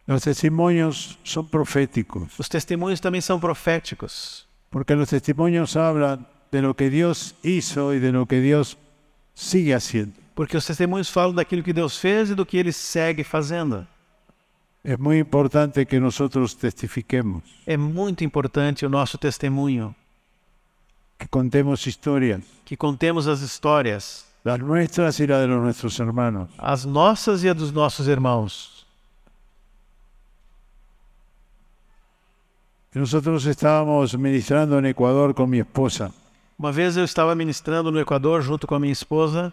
Speaker 1: Los testimonios son proféticos,
Speaker 2: Os testemunhos também são proféticos,
Speaker 1: porque los testimonios hablan de lo que Dios hizo y de lo que Dios sigue haciendo.
Speaker 2: porque os testemunhos falam daquilo que Deus fez e do que ele segue fazendo.
Speaker 1: Es muy importante que nosotros testifiquemos,
Speaker 2: É muito importante o nosso testemunho,
Speaker 1: que contemos historias,
Speaker 2: que contemos as histórias,
Speaker 1: las nuestras y las de los nuestros hermanos.
Speaker 2: as nossas e as dos nossos irmãos.
Speaker 1: Nosotros estábamos ministrando en Ecuador con mi esposa.
Speaker 2: Uma vez eu estava ministrando no Equador junto com a minha esposa.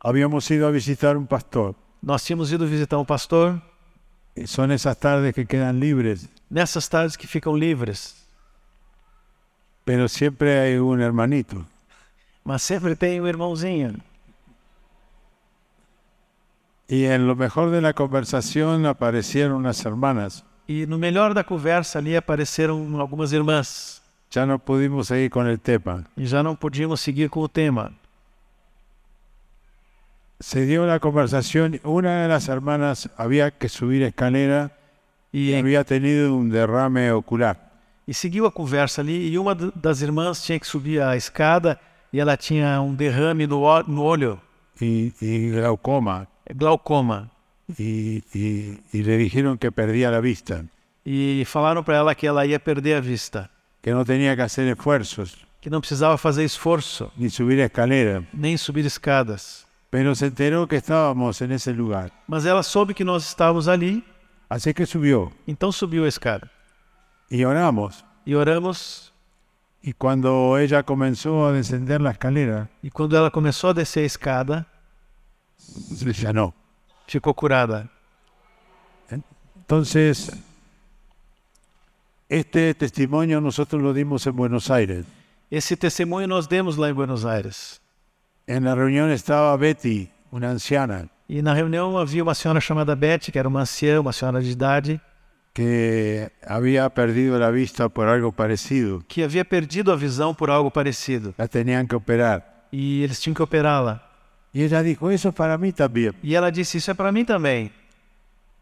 Speaker 1: Habíamos ido a visitar un pastor.
Speaker 2: Nós tínhamos ido visitar um pastor
Speaker 1: Y Son esas tardes que quedan libres,
Speaker 2: nessas tardes que ficam livres,
Speaker 1: pero siempre hay un hermanito.
Speaker 2: mas sempre tem um irmãozinho.
Speaker 1: Y en lo mejor de la conversación aparecieron unas hermanas.
Speaker 2: E no melhor da conversa ali apareceram algumas irmãs
Speaker 1: Ya no pudimos seguir con el tema.
Speaker 2: e já não podíamos seguir com o tema.
Speaker 1: Se dio la conversación. Una de las hermanas había que subir escalera
Speaker 2: E,
Speaker 1: y había tenido un derrame ocular.
Speaker 2: e seguiu a conversa ali e uma d- das irmãs tinha que subir a escada e ela tinha um derrame no, ó- no olho, é
Speaker 1: Y, y glaucoma.
Speaker 2: glaucoma.
Speaker 1: Y, y- y le dijeron que perdía la vista,
Speaker 2: E falaram para ela que ela ia perder a vista,
Speaker 1: que no tenía que hacer esfuerzos
Speaker 2: que não precisava fazer esforço,
Speaker 1: ni subir escalera.
Speaker 2: nem subir escadas.
Speaker 1: Pero se enteró que estábamos en ese lugar.
Speaker 2: Mas ela soube que nós estávamos ali,
Speaker 1: Así que subió
Speaker 2: então subiu a escada.
Speaker 1: y oramos.
Speaker 2: E oramos,
Speaker 1: Y cuando ella comenzó a descender la escalera,
Speaker 2: e quando ela começou a descer a escada,
Speaker 1: se llanó.
Speaker 2: ficou curada.
Speaker 1: Entonces, este testimonio nosotros lo dimos en Buenos Aires.
Speaker 2: Esse testemunho nós demos lá em Buenos Aires.
Speaker 1: En la reunión estaba Betty, una anciana,
Speaker 2: E na reunião havia uma senhora chamada Beth, que era uma anciã, uma senhora de idade,
Speaker 1: que había perdido la vista por algo parecido.
Speaker 2: que havia perdido a visão por algo parecido.
Speaker 1: La tenían que operar.
Speaker 2: E eles tinham que operá-la.
Speaker 1: Y ella dijo, eso es para mí también.
Speaker 2: E ela disse: Isso é para mim também.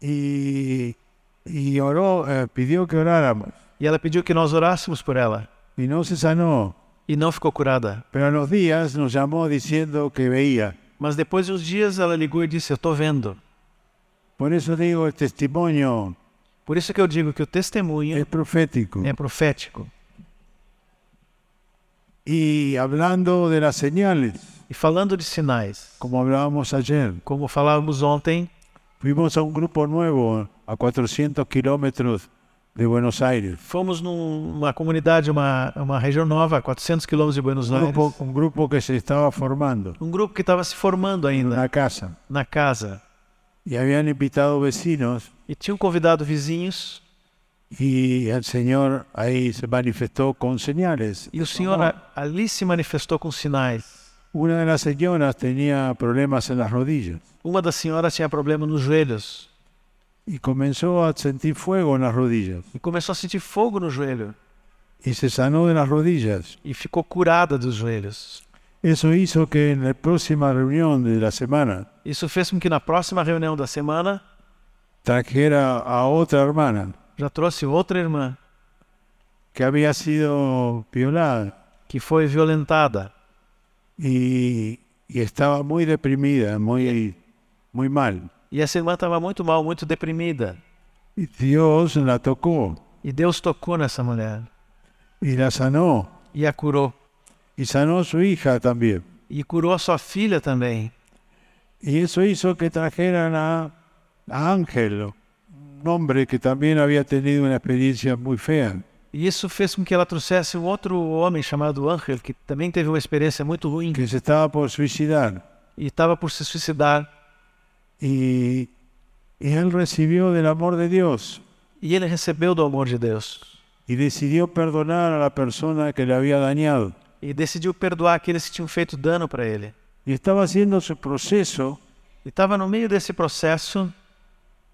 Speaker 1: Y, y oró, eh, pidió que oráramos.
Speaker 2: E ela pediu que nós orássemos por ela.
Speaker 1: Y no se sanó.
Speaker 2: E não ficou curada.
Speaker 1: Pero a los días nos llamó diciendo que veía.
Speaker 2: Mas depois de uns dias ela ligou e disse: Eu estou vendo.
Speaker 1: Por eso digo, el testimonio
Speaker 2: Por isso que eu digo que o
Speaker 1: es
Speaker 2: testemunho
Speaker 1: profético.
Speaker 2: é profético.
Speaker 1: Y hablando de las señales,
Speaker 2: E falando de sinais,
Speaker 1: como hablábamos ayer,
Speaker 2: como falávamos ontem,
Speaker 1: fuimos a un grupo nuevo a 400 kilómetros de Buenos Aires.
Speaker 2: fomos num- numa comunidade, uma, uma região nova, a 400 quilômetros de Buenos
Speaker 1: Un
Speaker 2: Aires.
Speaker 1: grupo, un grupo que se estaba formando
Speaker 2: Um grupo que estava se formando
Speaker 1: en
Speaker 2: ainda
Speaker 1: una casa.
Speaker 2: na casa.
Speaker 1: Y habían invitado vecinos
Speaker 2: E tinham convidado vizinhos.
Speaker 1: y el Señor ahí se manifestó con señales.
Speaker 2: E o senhor a- ali se manifestou com sinais.
Speaker 1: Una de las señoras tenía problemas en las rodillas
Speaker 2: Uma das senhoras tinha problema nos joelhos
Speaker 1: y comenzó a sentir fuego en las rodillas.
Speaker 2: e começou a sentir fogo no joelho
Speaker 1: Y se sanó de las rodillas.
Speaker 2: e ficou curada dos joelhos.
Speaker 1: Eso hizo que en la próxima reunión de la semana
Speaker 2: Isso fez com que na próxima reunião da semana
Speaker 1: trajera a otra hermana
Speaker 2: já trouxe outra irmã
Speaker 1: que había sido violada
Speaker 2: que foi violentada
Speaker 1: y, y estaba muy deprimida, muy, muy mal.
Speaker 2: e essa irmã estava muito mal, muito deprimida.
Speaker 1: Y Dios la tocó
Speaker 2: E Deus tocou nessa mulher
Speaker 1: y la sanó.
Speaker 2: e a curou.
Speaker 1: Y sanó a su hija también.
Speaker 2: E curou a sua filha também.
Speaker 1: Y eso hizo que trajeran a, a Ángel, un hombre que también había tenido una experiencia muy fea.
Speaker 2: E isso fez com que ela trouxesse um outro homem chamado Ángel, que também teve uma experiência muito ruim
Speaker 1: que se estaba por suicidar.
Speaker 2: e estava por se suicidar.
Speaker 1: Y, y él recibió del amor de Dios
Speaker 2: E ele recebeu do amor de Deus
Speaker 1: y decidió perdonar a la persona que le había dañado.
Speaker 2: e decidiu perdoar aqueles que tinham feito dano para ele.
Speaker 1: Y estaba haciendo su proceso
Speaker 2: E estava no meio desse processo,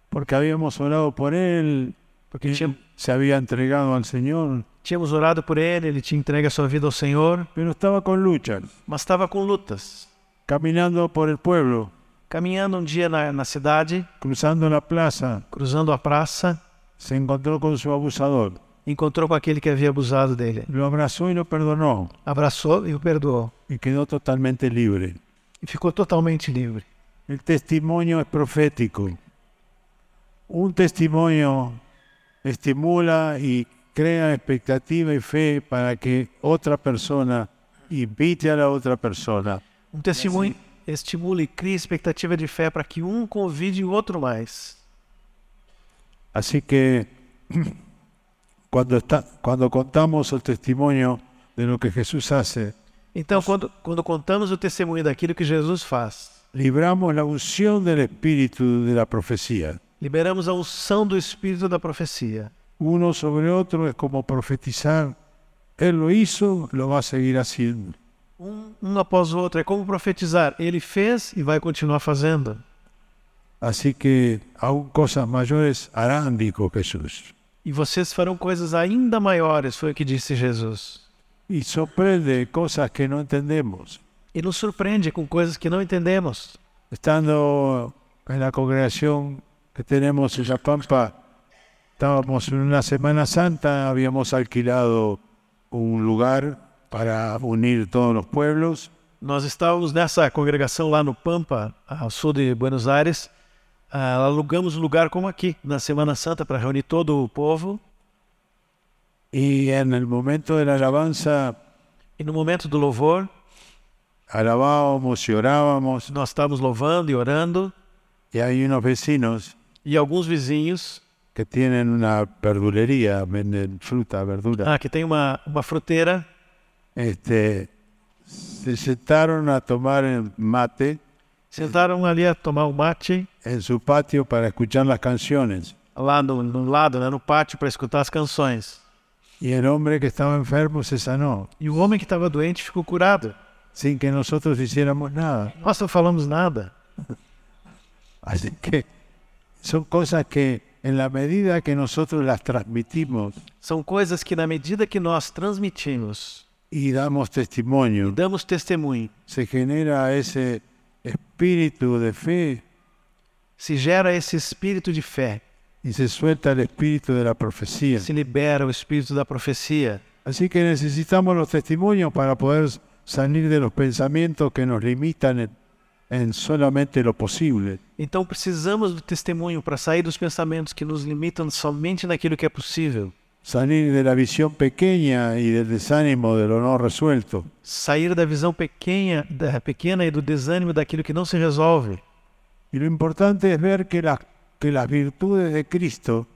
Speaker 1: porque habíamos orado por él, porque
Speaker 2: porque tinha-
Speaker 1: se había entregado al Señor,
Speaker 2: tínhamos orado por ele, ele tinha entregue a sua vida ao Senhor,
Speaker 1: pero estaba con luchas,
Speaker 2: mas estava com lutas.
Speaker 1: caminando por el pueblo,
Speaker 2: Caminhando um dia na, na cidade,
Speaker 1: cruzando la plaza,
Speaker 2: cruzando a praça,
Speaker 1: se encontró con su abusador,
Speaker 2: encontrou com aquele que havia abusado dele.
Speaker 1: lo abrazó y lo perdonó
Speaker 2: Abraçou e o perdoou.
Speaker 1: y quedó totalmente libre.
Speaker 2: E ficou totalmente livre.
Speaker 1: El testimonio es profético. Un testimonio estimula y crea expectativa y fe para que otra persona invite a la otra persona.
Speaker 2: Um testemunho estimula e cria expectativa de fé para que um convide o outro mais.
Speaker 1: Así que (clears throat) cuando, está, cuando contamos el testimonio de lo que Jesús hace,
Speaker 2: Então, quando, quando contamos o testemunho daquilo que Jesus faz,
Speaker 1: libramos la unción del espíritu de la profecía.
Speaker 2: liberamos a unção do Espírito da profecia.
Speaker 1: Uno sobre otro es como profetizar. Él lo hizo, lo va a seguir haciendo.
Speaker 2: Um, um após o outro. É como profetizar. Ele fez e vai continuar fazendo.
Speaker 1: Así que aún cosas mayores harán, dijo Jesús.
Speaker 2: E vocês farão coisas ainda maiores, foi o que disse Jesus.
Speaker 1: Y sorprende cosas que no entendemos.
Speaker 2: E nos surpreende com coisas que não entendemos.
Speaker 1: Estando en la congregación que tenemos en La Pampa, estábamos en una Semana Santa, habíamos alquilado un lugar para unir todos los pueblos
Speaker 2: Nós estávamos nessa congregação lá no Pampa, ao sul de Buenos Aires. Ah, alugamos um lugar como aqui, na Semana Santa, para reunir todo o povo.
Speaker 1: y en el momento de la alabanza
Speaker 2: E no momento do louvor,
Speaker 1: alabábamos y orábamos
Speaker 2: nós estávamos louvando e orando.
Speaker 1: y hay unos vecinos
Speaker 2: E alguns vizinhos,
Speaker 1: que tienen una verdulería, venden fruta, verdura.
Speaker 2: ah, que tem uma, uma fruteira,
Speaker 1: este, se sentaron a tomar el mate
Speaker 2: sentaram ali a tomar um mate,
Speaker 1: en su patio para escuchar las canciones.
Speaker 2: lá no, no lado, né, no pátio, para escutar as canções.
Speaker 1: Y el hombre que estaba enfermo se sanó,
Speaker 2: E o homem que estava doente ficou curado.
Speaker 1: sin que nosotros hiciéramos nada.
Speaker 2: Nós não falamos nada.
Speaker 1: Así que son cosas que en la medida que nosotros las transmitimos
Speaker 2: São coisas que, na medida que nós transmitimos,
Speaker 1: y damos testimonio,
Speaker 2: damos testemunho,
Speaker 1: se genera ese espíritu de fe
Speaker 2: se gera esse espírito de fé,
Speaker 1: y se suelta el espíritu de la profecía.
Speaker 2: se libera o espírito da profecia.
Speaker 1: Así que necesitamos los testimonios para poder salir de los pensamientos que nos limitan en, en solamente lo posible.
Speaker 2: Então precisamos do testemunho para sair dos pensamentos que nos limitam somente naquilo que é possível,
Speaker 1: Salir de la visión pequeña y del desánimo de lo no resuelto.
Speaker 2: sair da visão pequena, da pequena e do desânimo daquilo que não se resolve.
Speaker 1: Y lo importante es ver que, las- que las virtudes de Cristo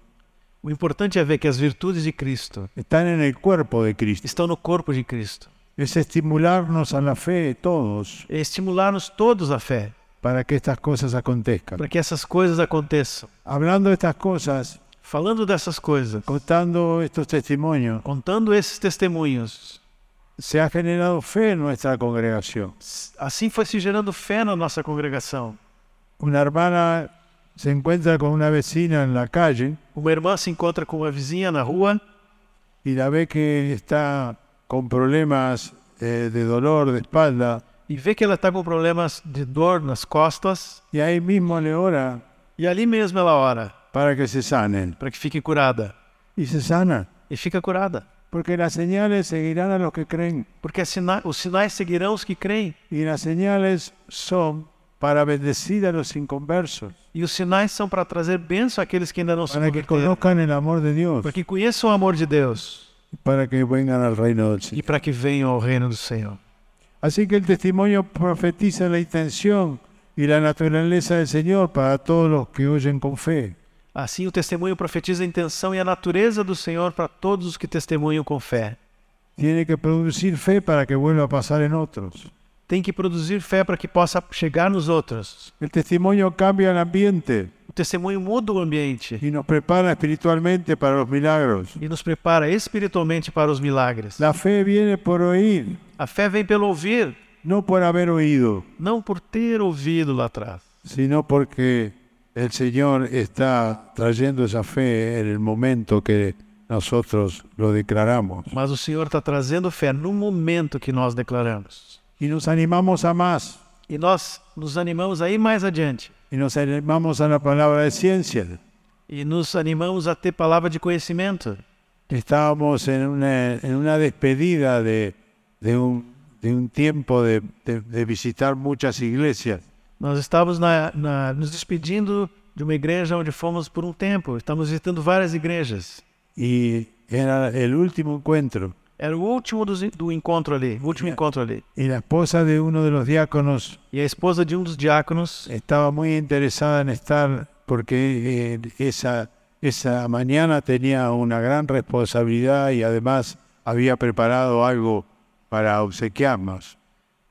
Speaker 2: O importante é ver que as virtudes de Cristo
Speaker 1: están en el cuerpo de Cristo.
Speaker 2: estão no corpo de Cristo.
Speaker 1: Es estimularnos a la fe todos
Speaker 2: É estimular-nos todos a fé
Speaker 1: para que estas cosas acontezcan.
Speaker 2: para que essas coisas aconteçam.
Speaker 1: Hablando de estas cosas,
Speaker 2: Falando dessas coisas,
Speaker 1: contando estos testimonios,
Speaker 2: contando esses testemunhos,
Speaker 1: se ha generado fe en nuestra congregación.
Speaker 2: assim foi se gerando fé na nossa congregação.
Speaker 1: una hermana se encuentra con una vecina en la calle
Speaker 2: Uma irmã se encontra com uma vizinha na rua
Speaker 1: y la ve que está con problemas eh, de dolor de espalda
Speaker 2: e vê que ela está com problemas de dor nas costas
Speaker 1: y ahí mismo le ora
Speaker 2: e ali mesmo ela ora
Speaker 1: para que se sanen.
Speaker 2: para que fique curada
Speaker 1: Y se sana.
Speaker 2: e fica curada.
Speaker 1: porque las señales seguirán a los que creen
Speaker 2: porque as sina- os sinais seguirão os que creem,
Speaker 1: y las señales son para bendecir a los inconversos,
Speaker 2: e os sinais são para trazer bênção àqueles que ainda não se
Speaker 1: para que
Speaker 2: converteram,
Speaker 1: conozcan el amor de Dios,
Speaker 2: para que conheçam o amor de Deus
Speaker 1: y para que vengan al reino del Señor.
Speaker 2: e para que venham ao reino do Senhor.
Speaker 1: Así que el testimonio profetiza la intención y la naturaleza del Señor para todos los que oyen con fe.
Speaker 2: Assim, o testemunho profetiza a intenção e a natureza do Senhor para todos os que testemunham com fé.
Speaker 1: Tiene que producir fe para que vuelva a pasar en otros.
Speaker 2: Tem que produzir fé para que possa chegar nos outros.
Speaker 1: El testimonio cambia el ambiente
Speaker 2: O testemunho muda o ambiente
Speaker 1: y nos prepara espiritualmente para los milagros.
Speaker 2: e nos prepara espiritualmente para os milagres.
Speaker 1: La fe viene por oír,
Speaker 2: A fé vem pelo ouvir,
Speaker 1: no por haber oído,
Speaker 2: não por ter ouvido lá atrás,
Speaker 1: sino porque el Señor está trayendo esa fe en el momento que nosotros lo declaramos.
Speaker 2: mas o Senhor está trazendo fé no momento que nós declaramos.
Speaker 1: Y nos animamos a más,
Speaker 2: E nós nos animamos aí mais adiante
Speaker 1: y nos animamos a la palabra de ciencia.
Speaker 2: e nos animamos a ter palavra de conhecimento.
Speaker 1: Estábamos en una, en una despedida de, de un, de un tiempo de- de- de visitar muchas iglesias.
Speaker 2: Nós estávamos na- na- nos despedindo de uma igreja onde fomos por um tempo. Estamos visitando várias igrejas.
Speaker 1: y era el último encuentro.
Speaker 2: Era o último dos- do encontro ali, o último encontro ali.
Speaker 1: Y la esposa de uno de los diáconos
Speaker 2: E a esposa de um dos diáconos
Speaker 1: estaba muy interesada en estar porque eh, esa, esa mañana tenía una gran responsabilidad y además había preparado algo para obsequiarnos.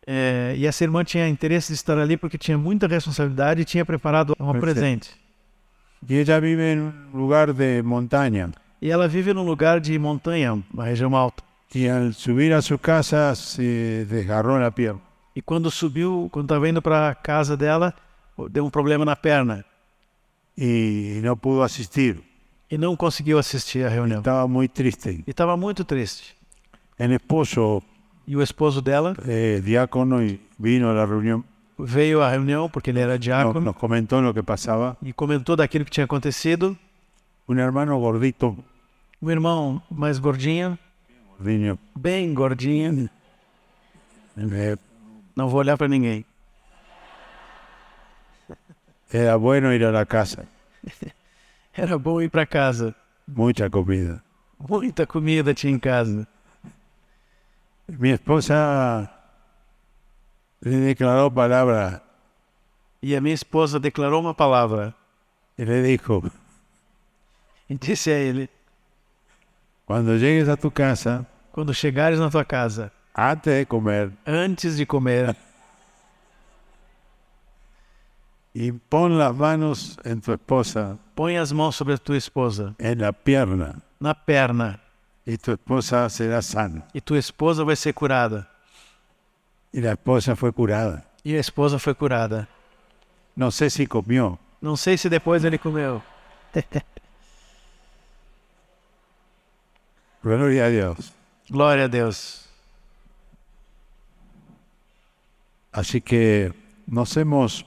Speaker 2: eh, e essa irmã tinha interesse de estar ali porque tinha muita responsabilidade e tinha preparado um
Speaker 1: Perfeito.
Speaker 2: presente.
Speaker 1: Y ella vive en un lugar de montaña
Speaker 2: E ela vive num lugar de montanha, uma região alta.
Speaker 1: y al subir a su casa se desgarró la pierna.
Speaker 2: E quando subiu, quando estava indo para a casa dela, deu um problema na perna
Speaker 1: Y no pudo asistir,
Speaker 2: e não conseguiu assistir à reunião.
Speaker 1: estaba muy triste.
Speaker 2: E estava muito triste.
Speaker 1: El esposo,
Speaker 2: E o esposo dela
Speaker 1: eh, diácono, y vino a la reunión
Speaker 2: veio à reunião porque ele era
Speaker 1: No-
Speaker 2: diácono.
Speaker 1: nos comentó lo que pasaba.
Speaker 2: e comentou daquilo que tinha acontecido.
Speaker 1: Un hermano gordito,
Speaker 2: O irmão mais gordinho,
Speaker 1: gordinho,
Speaker 2: bem gordinho,
Speaker 1: eh,
Speaker 2: não vou olhar para ninguém.
Speaker 1: era bueno ir a la casa,
Speaker 2: Era bom ir para casa.
Speaker 1: mucha comida.
Speaker 2: Muita comida tinha em casa.
Speaker 1: Mi esposa le declaró palabra
Speaker 2: E a minha esposa declarou uma palavra
Speaker 1: y le dijo,
Speaker 2: e disse a ele:
Speaker 1: cuando llegues a tu casa,
Speaker 2: Quando chegares na tua casa,
Speaker 1: antes de comer,
Speaker 2: antes de comer,
Speaker 1: y pon las manos en tu esposa,
Speaker 2: põe as mãos sobre a tua esposa,
Speaker 1: en la pierna,
Speaker 2: na perna,
Speaker 1: y tu esposa será sana.
Speaker 2: e tua esposa vai ser curada.
Speaker 1: Y la esposa fue curada.
Speaker 2: E a esposa foi curada.
Speaker 1: No sé si comió,
Speaker 2: Não sei se depois ele comeu.
Speaker 1: gloria a Dios.
Speaker 2: Glória a Deus.
Speaker 1: Así que nos hemos,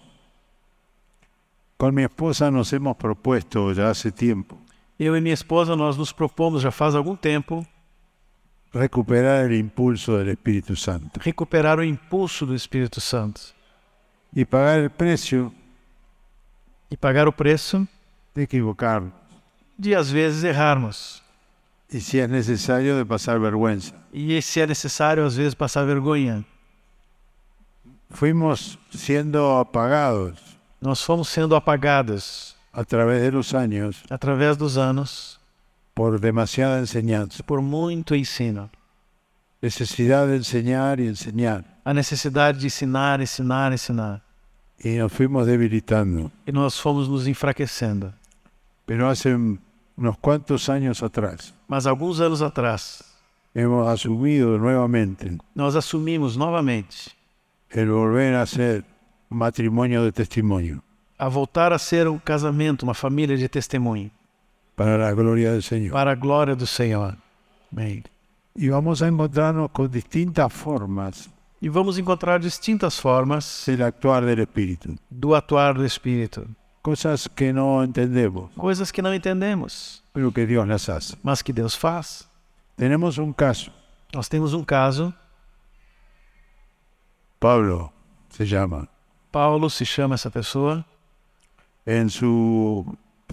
Speaker 1: con mi esposa nos hemos propuesto ya hace tiempo
Speaker 2: Eu e minha esposa, nós nos propomos já faz algum tempo
Speaker 1: recuperar el impulso del Espíritu Santo
Speaker 2: recuperar o impulso do Espírito Santo
Speaker 1: y pagar el precio
Speaker 2: e pagar o preço
Speaker 1: de equivocarnos
Speaker 2: de às vezes errarmos
Speaker 1: y si es necesario de pasar vergüenza.
Speaker 2: e se é necessário às vezes passar vergonha.
Speaker 1: Fuimos siendo apagados
Speaker 2: Nós fomos sendo apagados
Speaker 1: a través de los años
Speaker 2: através dos anos
Speaker 1: por demasiada enseñanza,
Speaker 2: por muito ensino.
Speaker 1: necesidad de enseñar y enseñar
Speaker 2: A necessidade de ensinar, ensinar, ensinar.
Speaker 1: y nos fuimos debilitando.
Speaker 2: E nós fomos nos enfraquecendo.
Speaker 1: Pero hace unos cuantos años atrás
Speaker 2: Mas alguns anos atrás,
Speaker 1: hemos asumido nuevamente
Speaker 2: nós assumimos novamente
Speaker 1: el volver a ser un matrimonio de testimonio
Speaker 2: a voltar a ser um casamento, uma família de testemunho,
Speaker 1: para la gloria del Señor.
Speaker 2: para a glória do Senhor. Amém.
Speaker 1: Y vamos a encontrarnos con distintas formas
Speaker 2: E vamos encontrar distintas formas
Speaker 1: del actuar del Espíritu,
Speaker 2: do atuar do Espírito.
Speaker 1: cosas que no entendemos,
Speaker 2: Coisas que não entendemos,
Speaker 1: pero que Dios las hace.
Speaker 2: mas que Deus faz.
Speaker 1: Tenemos un caso.
Speaker 2: Nós temos um caso,
Speaker 1: Pablo se llama.
Speaker 2: Paulo se chama essa pessoa,
Speaker 1: En su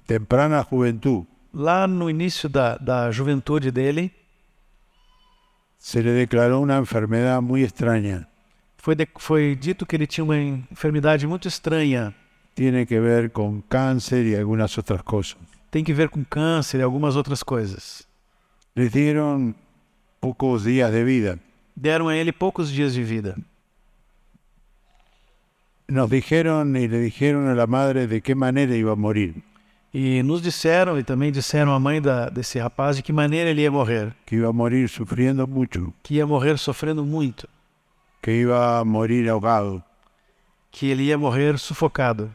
Speaker 1: temprana juventud
Speaker 2: lá no início da, da juventude dele,
Speaker 1: se le declaró una enfermedad muy extraña.
Speaker 2: foi, de- foi dito que ele tinha uma enfermidade muito estranha,
Speaker 1: Tiene que ver con cáncer y algunas otras cosas.
Speaker 2: tem que ver com câncer e algumas outras coisas.
Speaker 1: Les dieron pocos días de vida.
Speaker 2: Deram a ele poucos dias de vida.
Speaker 1: Nos dijeron y le dijeron a la madre de qué manera iba a morir,
Speaker 2: E nos disseram, e também disseram à mãe da, desse rapaz, de que maneira ele ia morrer.
Speaker 1: que iba a morir sufriendo mucho,
Speaker 2: Que ia morrer sofrendo muito.
Speaker 1: que iba a morir ahogado.
Speaker 2: Que ele ia morrer sufocado.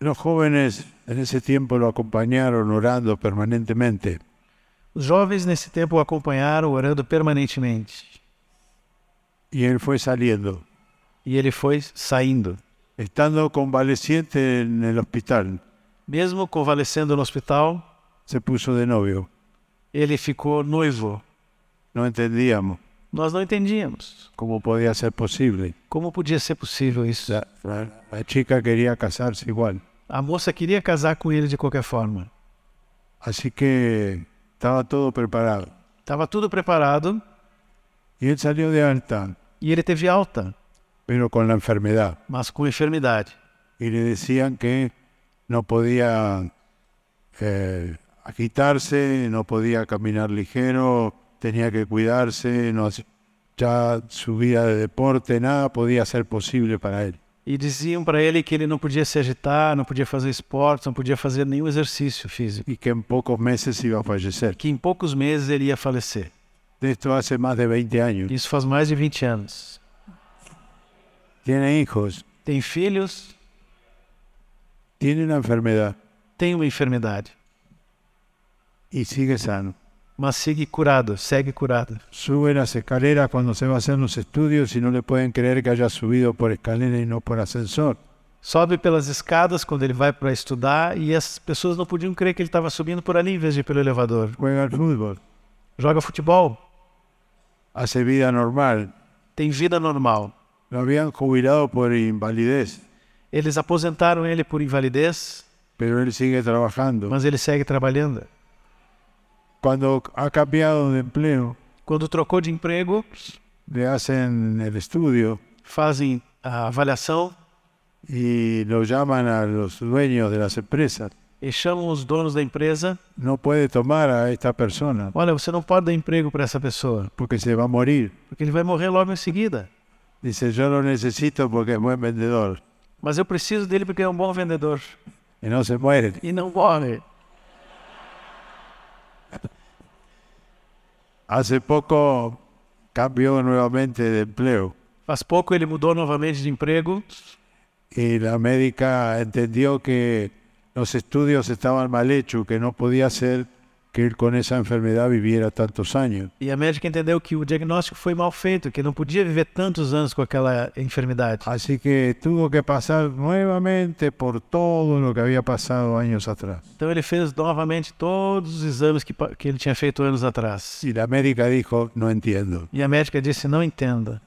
Speaker 1: Los jóvenes en ese tiempo lo acompañaron orando permanentemente.
Speaker 2: Os jovens nesse tempo o acompanharam, orando permanentemente.
Speaker 1: y él fue saliendo.
Speaker 2: E ele foi saindo.
Speaker 1: Estando convaleciente en el hospital,
Speaker 2: Mesmo convalescendo no hospital,
Speaker 1: se puso de novio.
Speaker 2: ele ficou noivo.
Speaker 1: No entendíamos
Speaker 2: Nós não entendíamos
Speaker 1: cómo podía ser posible.
Speaker 2: como podia ser possível isso.
Speaker 1: La, la- la chica quería casarse igual.
Speaker 2: A moça queria casar com ele de qualquer forma.
Speaker 1: Así que estaba todo preparado.
Speaker 2: Estava tudo preparado
Speaker 1: Y él salió de alta,
Speaker 2: e ele teve alta,
Speaker 1: pero con la enfermedad.
Speaker 2: mas com enfermidade.
Speaker 1: Y le decían que no podía eh, agitarse, no podía caminar ligero, tenía que cuidarse, no, hace- ya su vida de deporte, nada podía ser posible para él.
Speaker 2: E diziam para ele que ele não podia se agitar, não podia fazer esportes, não podia fazer nenhum exercício físico.
Speaker 1: y que en pocos meses iba a fallecer.
Speaker 2: Que em poucos meses ele ia falecer.
Speaker 1: De esto hace más de 20 años.
Speaker 2: Isso faz mais de 20 anos.
Speaker 1: Tiene hijos,
Speaker 2: Tem filhos,
Speaker 1: tiene una enfermedad
Speaker 2: tem uma enfermidade,
Speaker 1: y sigue sano.
Speaker 2: mas segue curado, segue curado.
Speaker 1: Sube las escaleras cuando se va a hacer los estudios y no le pueden creer que haya subido por escalera y no por ascensor.
Speaker 2: Sobe pelas escadas quando ele vai para estudar e as pessoas não podiam crer que ele estava subindo por ali em vez de ir pelo elevador.
Speaker 1: Juega al fútbol,
Speaker 2: Joga futebol,
Speaker 1: hace vida normal.
Speaker 2: tem vida normal.
Speaker 1: Lo habían jubilado por invalidez,
Speaker 2: Eles aposentaram ele por invalidez,
Speaker 1: pero él sigue trabajando.
Speaker 2: mas ele segue trabalhando.
Speaker 1: Cuando ha cambiado de empleo,
Speaker 2: Quando trocou de emprego,
Speaker 1: le hacen el estudio
Speaker 2: fazem a avaliação
Speaker 1: y lo llaman a los dueños de las empresas.
Speaker 2: e chamam os donos da empresa.
Speaker 1: No puede tomar a esta persona.
Speaker 2: Olha, você não pode dar emprego para essa pessoa,
Speaker 1: porque se va a morir.
Speaker 2: porque ele vai morrer logo em seguida.
Speaker 1: Dice, yo lo necesito porque es buen vendedor.
Speaker 2: Mas eu preciso dele porque é um bom vendedor.
Speaker 1: Y no se muere.
Speaker 2: E não morre.
Speaker 1: Hace poco cambió nuevamente de empleo
Speaker 2: Faz pouco ele mudou novamente de emprego
Speaker 1: y la médica entendió que los estudios estaban mal hechos, que no podía ser que él con esa enfermedad viviera tantos años.
Speaker 2: e a médica entendeu que o diagnóstico foi mal feito, que não podia viver tantos anos com aquela enfermidade.
Speaker 1: Así que tuvo que pasar nuevamente por todo lo que había pasado años atrás.
Speaker 2: Então ele fez novamente todos os exames que, pa- que ele tinha feito anos atrás.
Speaker 1: Y la médica dijo, no entiendo.
Speaker 2: E a médica disse: Não entenda.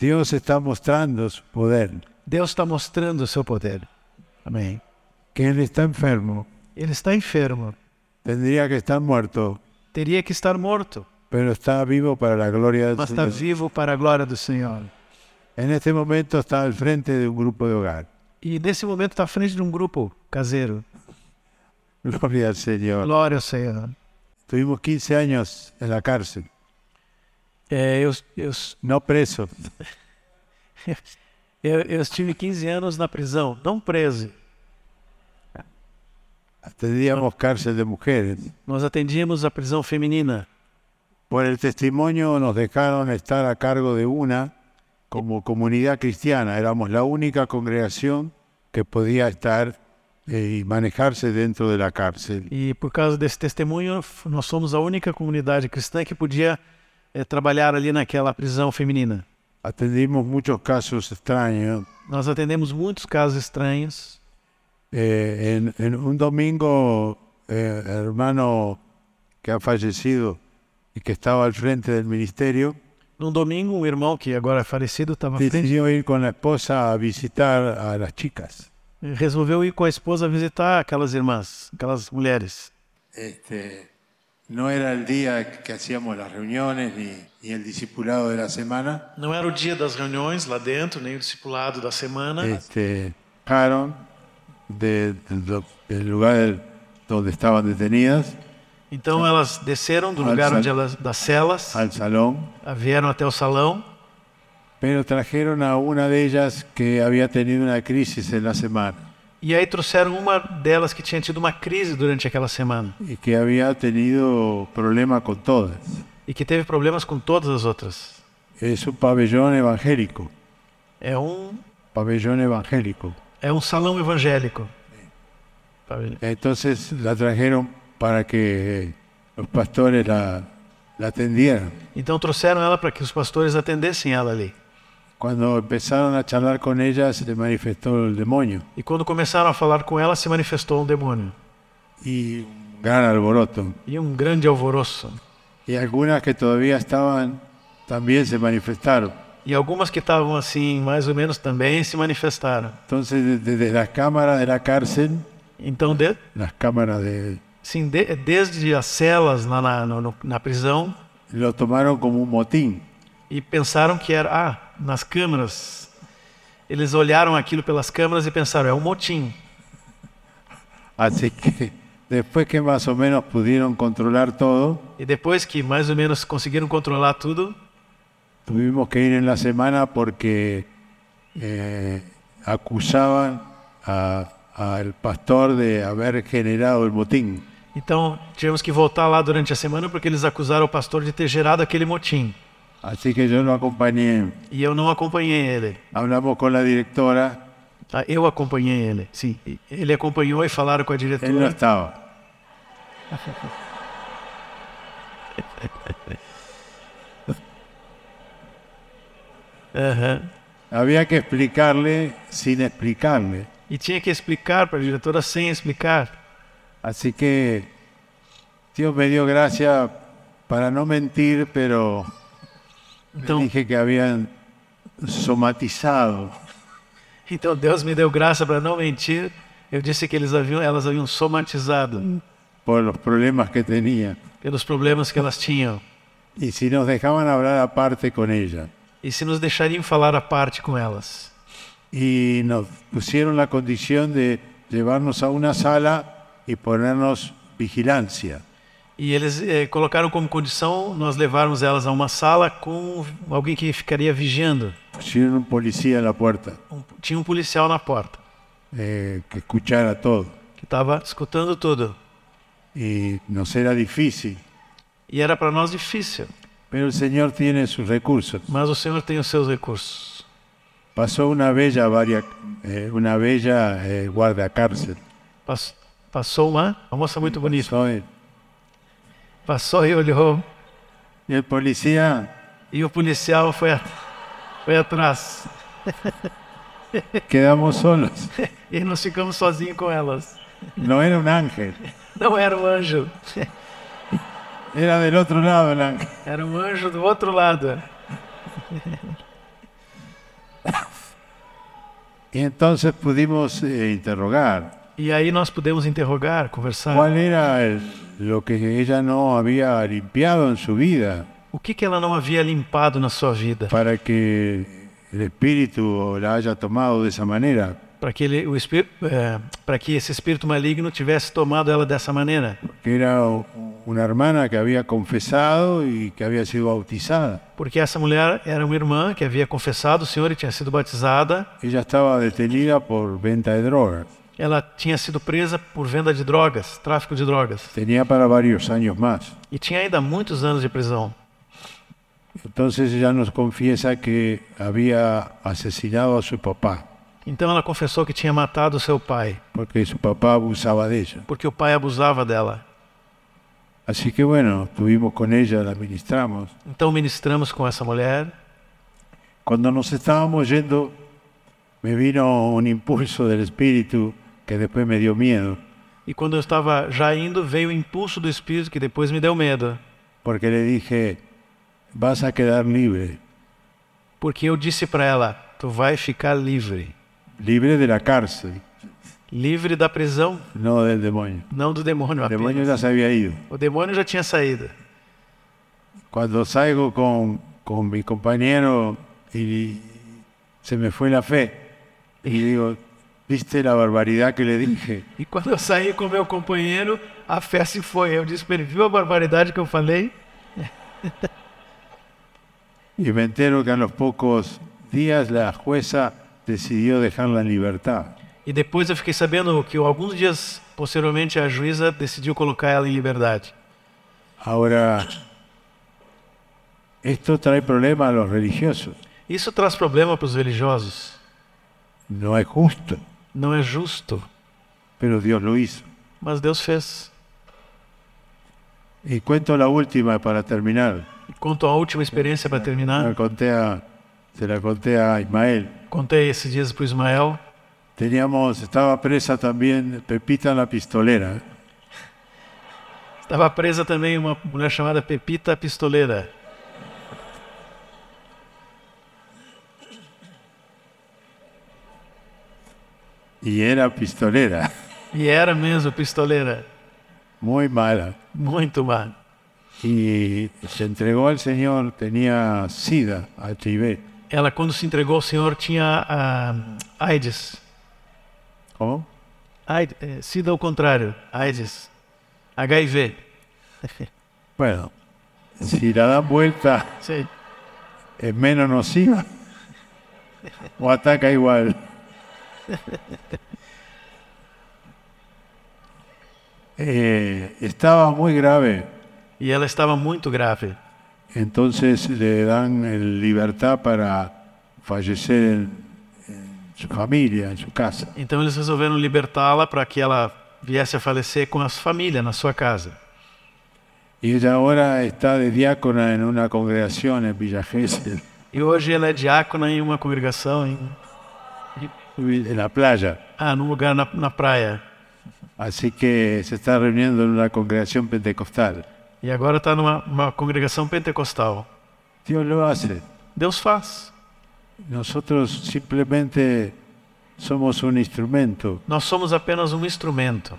Speaker 1: Dios está mostrando su poder,
Speaker 2: Deus está mostrando o seu poder. Amém.
Speaker 1: que él está enfermo,
Speaker 2: Ele está enfermo.
Speaker 1: tendría que estar muerto,
Speaker 2: Teria que estar morto,
Speaker 1: pero está vivo para la gloria del
Speaker 2: mas está
Speaker 1: Señor.
Speaker 2: vivo para a glória do Senhor.
Speaker 1: En este momento está al frente de un grupo de hogar. (laughs)
Speaker 2: E nesse momento está à frente de um grupo caseiro.
Speaker 1: Gloria al Señor.
Speaker 2: Glória ao Senhor.
Speaker 1: Tuvimos 15 años en la cárcel,
Speaker 2: É, eu, eu,
Speaker 1: no presos,
Speaker 2: eu, eu estive 15 anos na prisão, não preso.
Speaker 1: atendíamos cárcel de mujeres.
Speaker 2: Nós atendíamos a prisão feminina.
Speaker 1: Por el testimonio nos dejaron estar a cargo de una como comunidad cristiana. Éramos la única congregación que podía estar eh, y manejarse dentro de la cárcel.
Speaker 2: E por causa desse testemunho, f- nós somos a única comunidade cristã que podia eh, trabalhar ali naquela prisão feminina.
Speaker 1: Atendimos muchos casos extraños.
Speaker 2: Nós atendemos muitos casos estranhos.
Speaker 1: Eh, en, en un domingo, eh, hermano que ha fallecido y que estaba al frente del ministerio,
Speaker 2: Num domingo, um irmão que agora é falecido estava à frente,
Speaker 1: decidió ir con la esposa a visitar a las chicas.
Speaker 2: resolveu ir com a esposa visitar aquelas irmãs, aquelas mulheres.
Speaker 3: Este, no era el día que hacíamos las reuniones ni, ni el discipulado de la semana.
Speaker 4: Não era o dia das reuniões lá dentro, nem o discipulado da semana.
Speaker 1: Este, dejaron de- de- del lugar donde estaban detenidas
Speaker 2: Então elas desceram do
Speaker 1: Ah,
Speaker 2: lugar
Speaker 1: sabe.
Speaker 2: onde elas, das celas,
Speaker 1: al salón,
Speaker 2: ah, vieram até o salão,
Speaker 1: pero trajeron a una de ellas que había tenido una crisis en la semana
Speaker 2: e aí trouxeram uma delas que tinha tido uma crise durante aquela semana
Speaker 1: y que había tenido problema con todas.
Speaker 2: e que teve problemas com todas as outras.
Speaker 1: Es un pabellón evangélico,
Speaker 2: É um,
Speaker 1: pabellón evangélico.
Speaker 2: é um salão evangélico. Sabe?
Speaker 1: Entonces la trajeron para que los pastores la, la atendieran.
Speaker 2: Então trouxeram ela para que os pastores atendessem ela ali.
Speaker 1: Cuando empezaron a charlar con ella se le manifestó el demonio
Speaker 2: E quando começaram a falar com ela, se manifestou um demônio
Speaker 1: y un gran alboroto.
Speaker 2: e um grande alvoroço.
Speaker 1: Y algunas que todavía estaban también se manifestaron.
Speaker 2: E algumas que estavam assim, mais ou menos, também se manifestaram.
Speaker 1: Entonces de- desde las cámaras de la cárcel,
Speaker 2: Então, de,
Speaker 1: las cámaras de...
Speaker 2: sim, de, desde as celas lá na, no- no- na prisão,
Speaker 1: lo tomaron como un motín.
Speaker 2: e pensaram que era, ah, nas câmeras. Eles olharam aquilo pelas câmeras e pensaram, é um motim.
Speaker 1: Así que (laughs) después que más o menos pudieron controlar todo,
Speaker 2: E depois que mais ou menos conseguiram controlar tudo,
Speaker 1: Tuvimos que ir en la semana porque eh, acusaban a- al pastor de haber generado el motín.
Speaker 2: então tivemos que voltar lá durante a semana porque eles acusaram o pastor de ter gerado aquele motim.
Speaker 1: Así que yo lo acompañé.
Speaker 2: E eu não acompanhei ele.
Speaker 1: Hablamos con la directora,
Speaker 2: Tá? Eu acompanhei ele, sim. E- Ele acompanhou e falaram com a
Speaker 1: él no
Speaker 2: diretora.
Speaker 1: estaba.
Speaker 2: Aham.
Speaker 1: Había que explicarle sin explicarle.
Speaker 2: E tinha que explicar para a diretora sem explicar.
Speaker 1: Así que Dios me dio gracia para no mentir, pero
Speaker 2: Então,
Speaker 1: dije que habían somatizado
Speaker 2: então Deus me deu graça para não mentir. Eu disse que eles haviam, elas haviam somatizado
Speaker 1: por los problemas que tenía.
Speaker 2: pelos problemas que elas tinham.
Speaker 1: Y si nos dejaban hablar aparte con ella.
Speaker 2: E se nos deixariam falar à parte com elas.
Speaker 1: Y nos pusieron la condición de llevarnos a una sala y ponernos vigilancia.
Speaker 2: E eles eh, colocaram como condição nós levarmos elas a uma sala com alguém que ficaria vigiando.
Speaker 1: Pusieron un policía en la puerta
Speaker 2: Um- tinha um policial na porta
Speaker 1: eh, que escuchara todo.
Speaker 2: que estava escutando tudo.
Speaker 1: Y nos era difícil.
Speaker 2: E era para nós difícil,
Speaker 1: Pero el Señor tiene sus recursos.
Speaker 2: mas o Senhor tem os seus recursos.
Speaker 1: Pasó una bella, varia- eh, una bella eh, guardacárcel.
Speaker 2: Pas- passou uma, uma moça muito bonita.
Speaker 1: Soy-
Speaker 2: Passou e olhou.
Speaker 1: Y el policía
Speaker 2: E o policial foi, a- foi atrás.
Speaker 1: quedamos solos.
Speaker 2: E nós ficamos sozinhos com elas.
Speaker 1: No era un ángel.
Speaker 2: Não era um anjo. (laughs)
Speaker 1: Era del otro lado el ángel.
Speaker 2: Era um anjo do outro lado.
Speaker 1: Y entonces pudimos eh, interrogar
Speaker 2: E aí nós pudemos interrogar, conversar.
Speaker 1: cuál era el- lo que ella no había limpiado en su vida
Speaker 2: O que, que ela não havia limpado na sua vida?
Speaker 1: para que el espíritu la haya tomado de essa maneira.
Speaker 2: Para que, ele, o espírito, é, para que esse espírito maligno tivesse tomado ela dessa maneira.
Speaker 1: Que era u- una hermana que había confesado y que había sido bautizada.
Speaker 2: Porque essa mulher era uma irmã que havia confessado o Senhor e tinha sido batizada.
Speaker 1: Ella estaba detenida por venta de drogas.
Speaker 2: Ela tinha sido presa por venda de drogas, tráfico de drogas.
Speaker 1: Tenía para varios años más.
Speaker 2: E tinha ainda muitos anos de prisão.
Speaker 1: Entonces ella nos confiesa que había asesinado a su papá,
Speaker 2: Então ela confessou que tinha matado seu pai,
Speaker 1: porque su papá abusaba de ella.
Speaker 2: porque o pai abusava dela.
Speaker 1: Así que bueno, estuvimos con ella, la ministramos.
Speaker 2: Então ministramos com essa mulher.
Speaker 1: Cuando nos estábamos yendo, me vino un impulso del espíritu que después me dio miedo.
Speaker 2: E quando eu estava já indo, veio o impulso do Espírito que depois me deu medo.
Speaker 1: porque le dije, vas a quedar libre,
Speaker 2: Porque eu disse para ela: Tu vai ficar livre.
Speaker 1: libre de la cárcel,
Speaker 2: Livre da prisão,
Speaker 1: no del demonio.
Speaker 2: não do demônio
Speaker 1: El demonio
Speaker 2: apenas.
Speaker 1: ya se había ido.
Speaker 2: O demônio já tinha saído.
Speaker 1: Cuando salgo con, con mi compañero y se me fue la fe, y digo, ¿viste la barbaridad que le dije?
Speaker 2: E quando eu saí com meu companheiro, a fé se foi. Eu disse: pra ele, Viu a barbaridade que eu falei?
Speaker 1: Y me entero que a los pocos días la jueza decidió dejarla en libertad.
Speaker 2: E depois eu fiquei sabendo que alguns dias posteriormente a juíza decidiu colocar ela em liberdade.
Speaker 1: Ahora, esto trae problemas a los religiosos.
Speaker 2: Isso traz problema para os religiosos.
Speaker 1: No es justo,
Speaker 2: Não é justo,
Speaker 1: pero Dios lo hizo.
Speaker 2: mas Deus fez.
Speaker 1: Y cuento la última para terminar.
Speaker 2: Quanto à última experiência para
Speaker 1: La
Speaker 2: terminar,
Speaker 1: conté a- se la conté a Ismael.
Speaker 2: contei esses dias para o Ismael.
Speaker 1: Teníamos, estaba presa también Pepita la pistolera.
Speaker 2: Estava presa também uma mulher chamada Pepita Pistoleira.
Speaker 1: Y era pistolera, (laughs)
Speaker 2: E era mesmo pistoleira.
Speaker 1: muy mala.
Speaker 2: Muito má.
Speaker 1: Y se entregó al Señor, tenía SIDA, HIV.
Speaker 2: Ela, quando se entregou ao Senhor, tinha a AIDS.
Speaker 1: ¿Cómo?
Speaker 2: AIDS eh, sida ao contrário. AIDS. HIV.
Speaker 1: Bueno, si la dan vuelta
Speaker 2: Sim.
Speaker 1: es menos nociva o ataca igual. Eh, estaba muy grave,
Speaker 2: E ela estava muito grave.
Speaker 1: entonces le dan eh, libertad para fallecer en, en su familia, en su casa.
Speaker 2: Então eles resolveram libertá-la para que ela viesse a falecer com a sua família na sua casa.
Speaker 1: Y ella ahora está de diácona en una congregación en Villa Gesell,
Speaker 2: E hoje ela é diácona em uma congregação em
Speaker 1: en la playa.
Speaker 2: ah, num lugar na, na praia.
Speaker 1: Así que se está reuniendo en una congregación pentecostal.
Speaker 2: E agora está numa uma congregação pentecostal.
Speaker 1: Dios lo hace.
Speaker 2: Deus faz.
Speaker 1: Nosotros simplemente somos un instrumento
Speaker 2: Nós somos apenas um instrumento.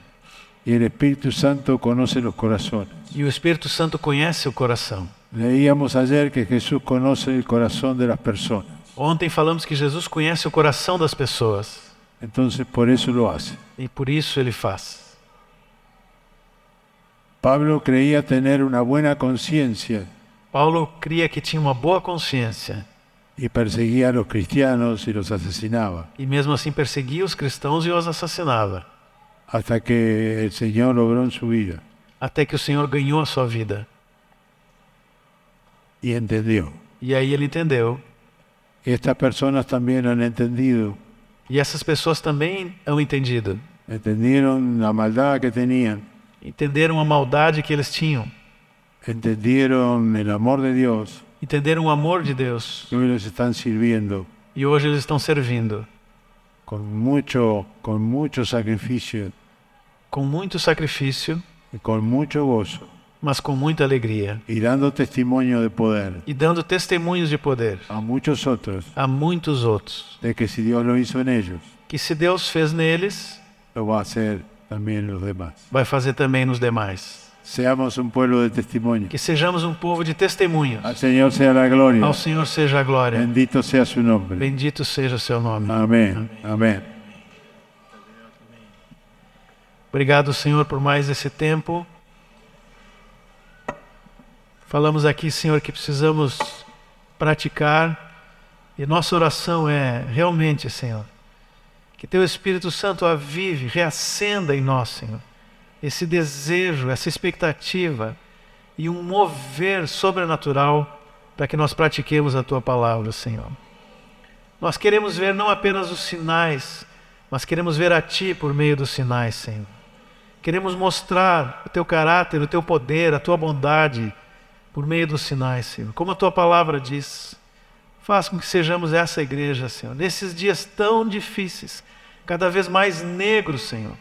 Speaker 1: y el Espíritu Santo conoce los corazones.
Speaker 2: E o Espírito Santo conhece o coração.
Speaker 1: Leíamos ayer que Jesús conoce el corazón de las personas,
Speaker 2: Ontem falamos que Jesus conhece o coração das pessoas.
Speaker 1: entonces por eso lo hace.
Speaker 2: E por isso ele faz.
Speaker 1: Pablo creía tener una buena conciencia
Speaker 2: Paulo cria que tinha uma boa consciência.
Speaker 1: y perseguía a los cristianos y los asesinaba,
Speaker 2: E mesmo assim perseguia os cristãos e os assassinava.
Speaker 1: hasta que el Señor logró en su vida
Speaker 2: Até que o Senhor ganhou a sua vida.
Speaker 1: y entendió.
Speaker 2: E aí ele entendeu.
Speaker 1: Estas personas también han entendido,
Speaker 2: E essas pessoas também hão entendido.
Speaker 1: entendieron la maldad que tenían,
Speaker 2: Entenderam a maldade que eles tinham.
Speaker 1: entendieron el amor de Dios
Speaker 2: Entenderam o amor de Deus.
Speaker 1: que hoy los están sirviendo
Speaker 2: E hoje eles estão servindo.
Speaker 1: con mucho, con mucho sacrificio
Speaker 2: Com muito sacrifício,
Speaker 1: y con mucho gozo
Speaker 2: mas com muita alegria.
Speaker 1: y dando testimonio de poder
Speaker 2: E dando testemunhos de poder
Speaker 1: a muchos otros
Speaker 2: a muitos outros.
Speaker 1: de que si Dios lo hizo en ellos,
Speaker 2: Que se Deus fez neles,
Speaker 1: lo va a hacer también en los demás.
Speaker 2: vai fazer também nos demais.
Speaker 1: Seamos un pueblo de testimonio.
Speaker 2: Que sejamos um povo de testemunhos.
Speaker 1: Al Señor sea la gloria.
Speaker 2: Ao Senhor seja a glória.
Speaker 1: Bendito sea su nombre.
Speaker 2: Bendito seja o seu nome.
Speaker 1: Amén. Amén.
Speaker 2: Obrigado, Senhor, por mais esse tempo. Falamos aqui, Senhor, que precisamos praticar e nossa oração é realmente, Senhor, que Teu Espírito Santo avive, reacenda em nós, Senhor, esse desejo, essa expectativa e um mover sobrenatural para que nós pratiquemos a Tua palavra, Senhor. Nós queremos ver não apenas os sinais, mas queremos ver a Ti por meio dos sinais, Senhor. Queremos mostrar o teu caráter, o teu poder, a tua bondade por meio dos sinais, Senhor. Como a tua palavra diz, faz com que sejamos essa igreja, Senhor. Nesses dias tão difíceis, cada vez mais negros, Senhor,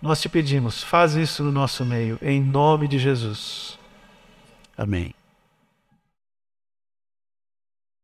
Speaker 2: Nós te pedimos, faz isso no nosso meio, em nome de Jesus. Amém.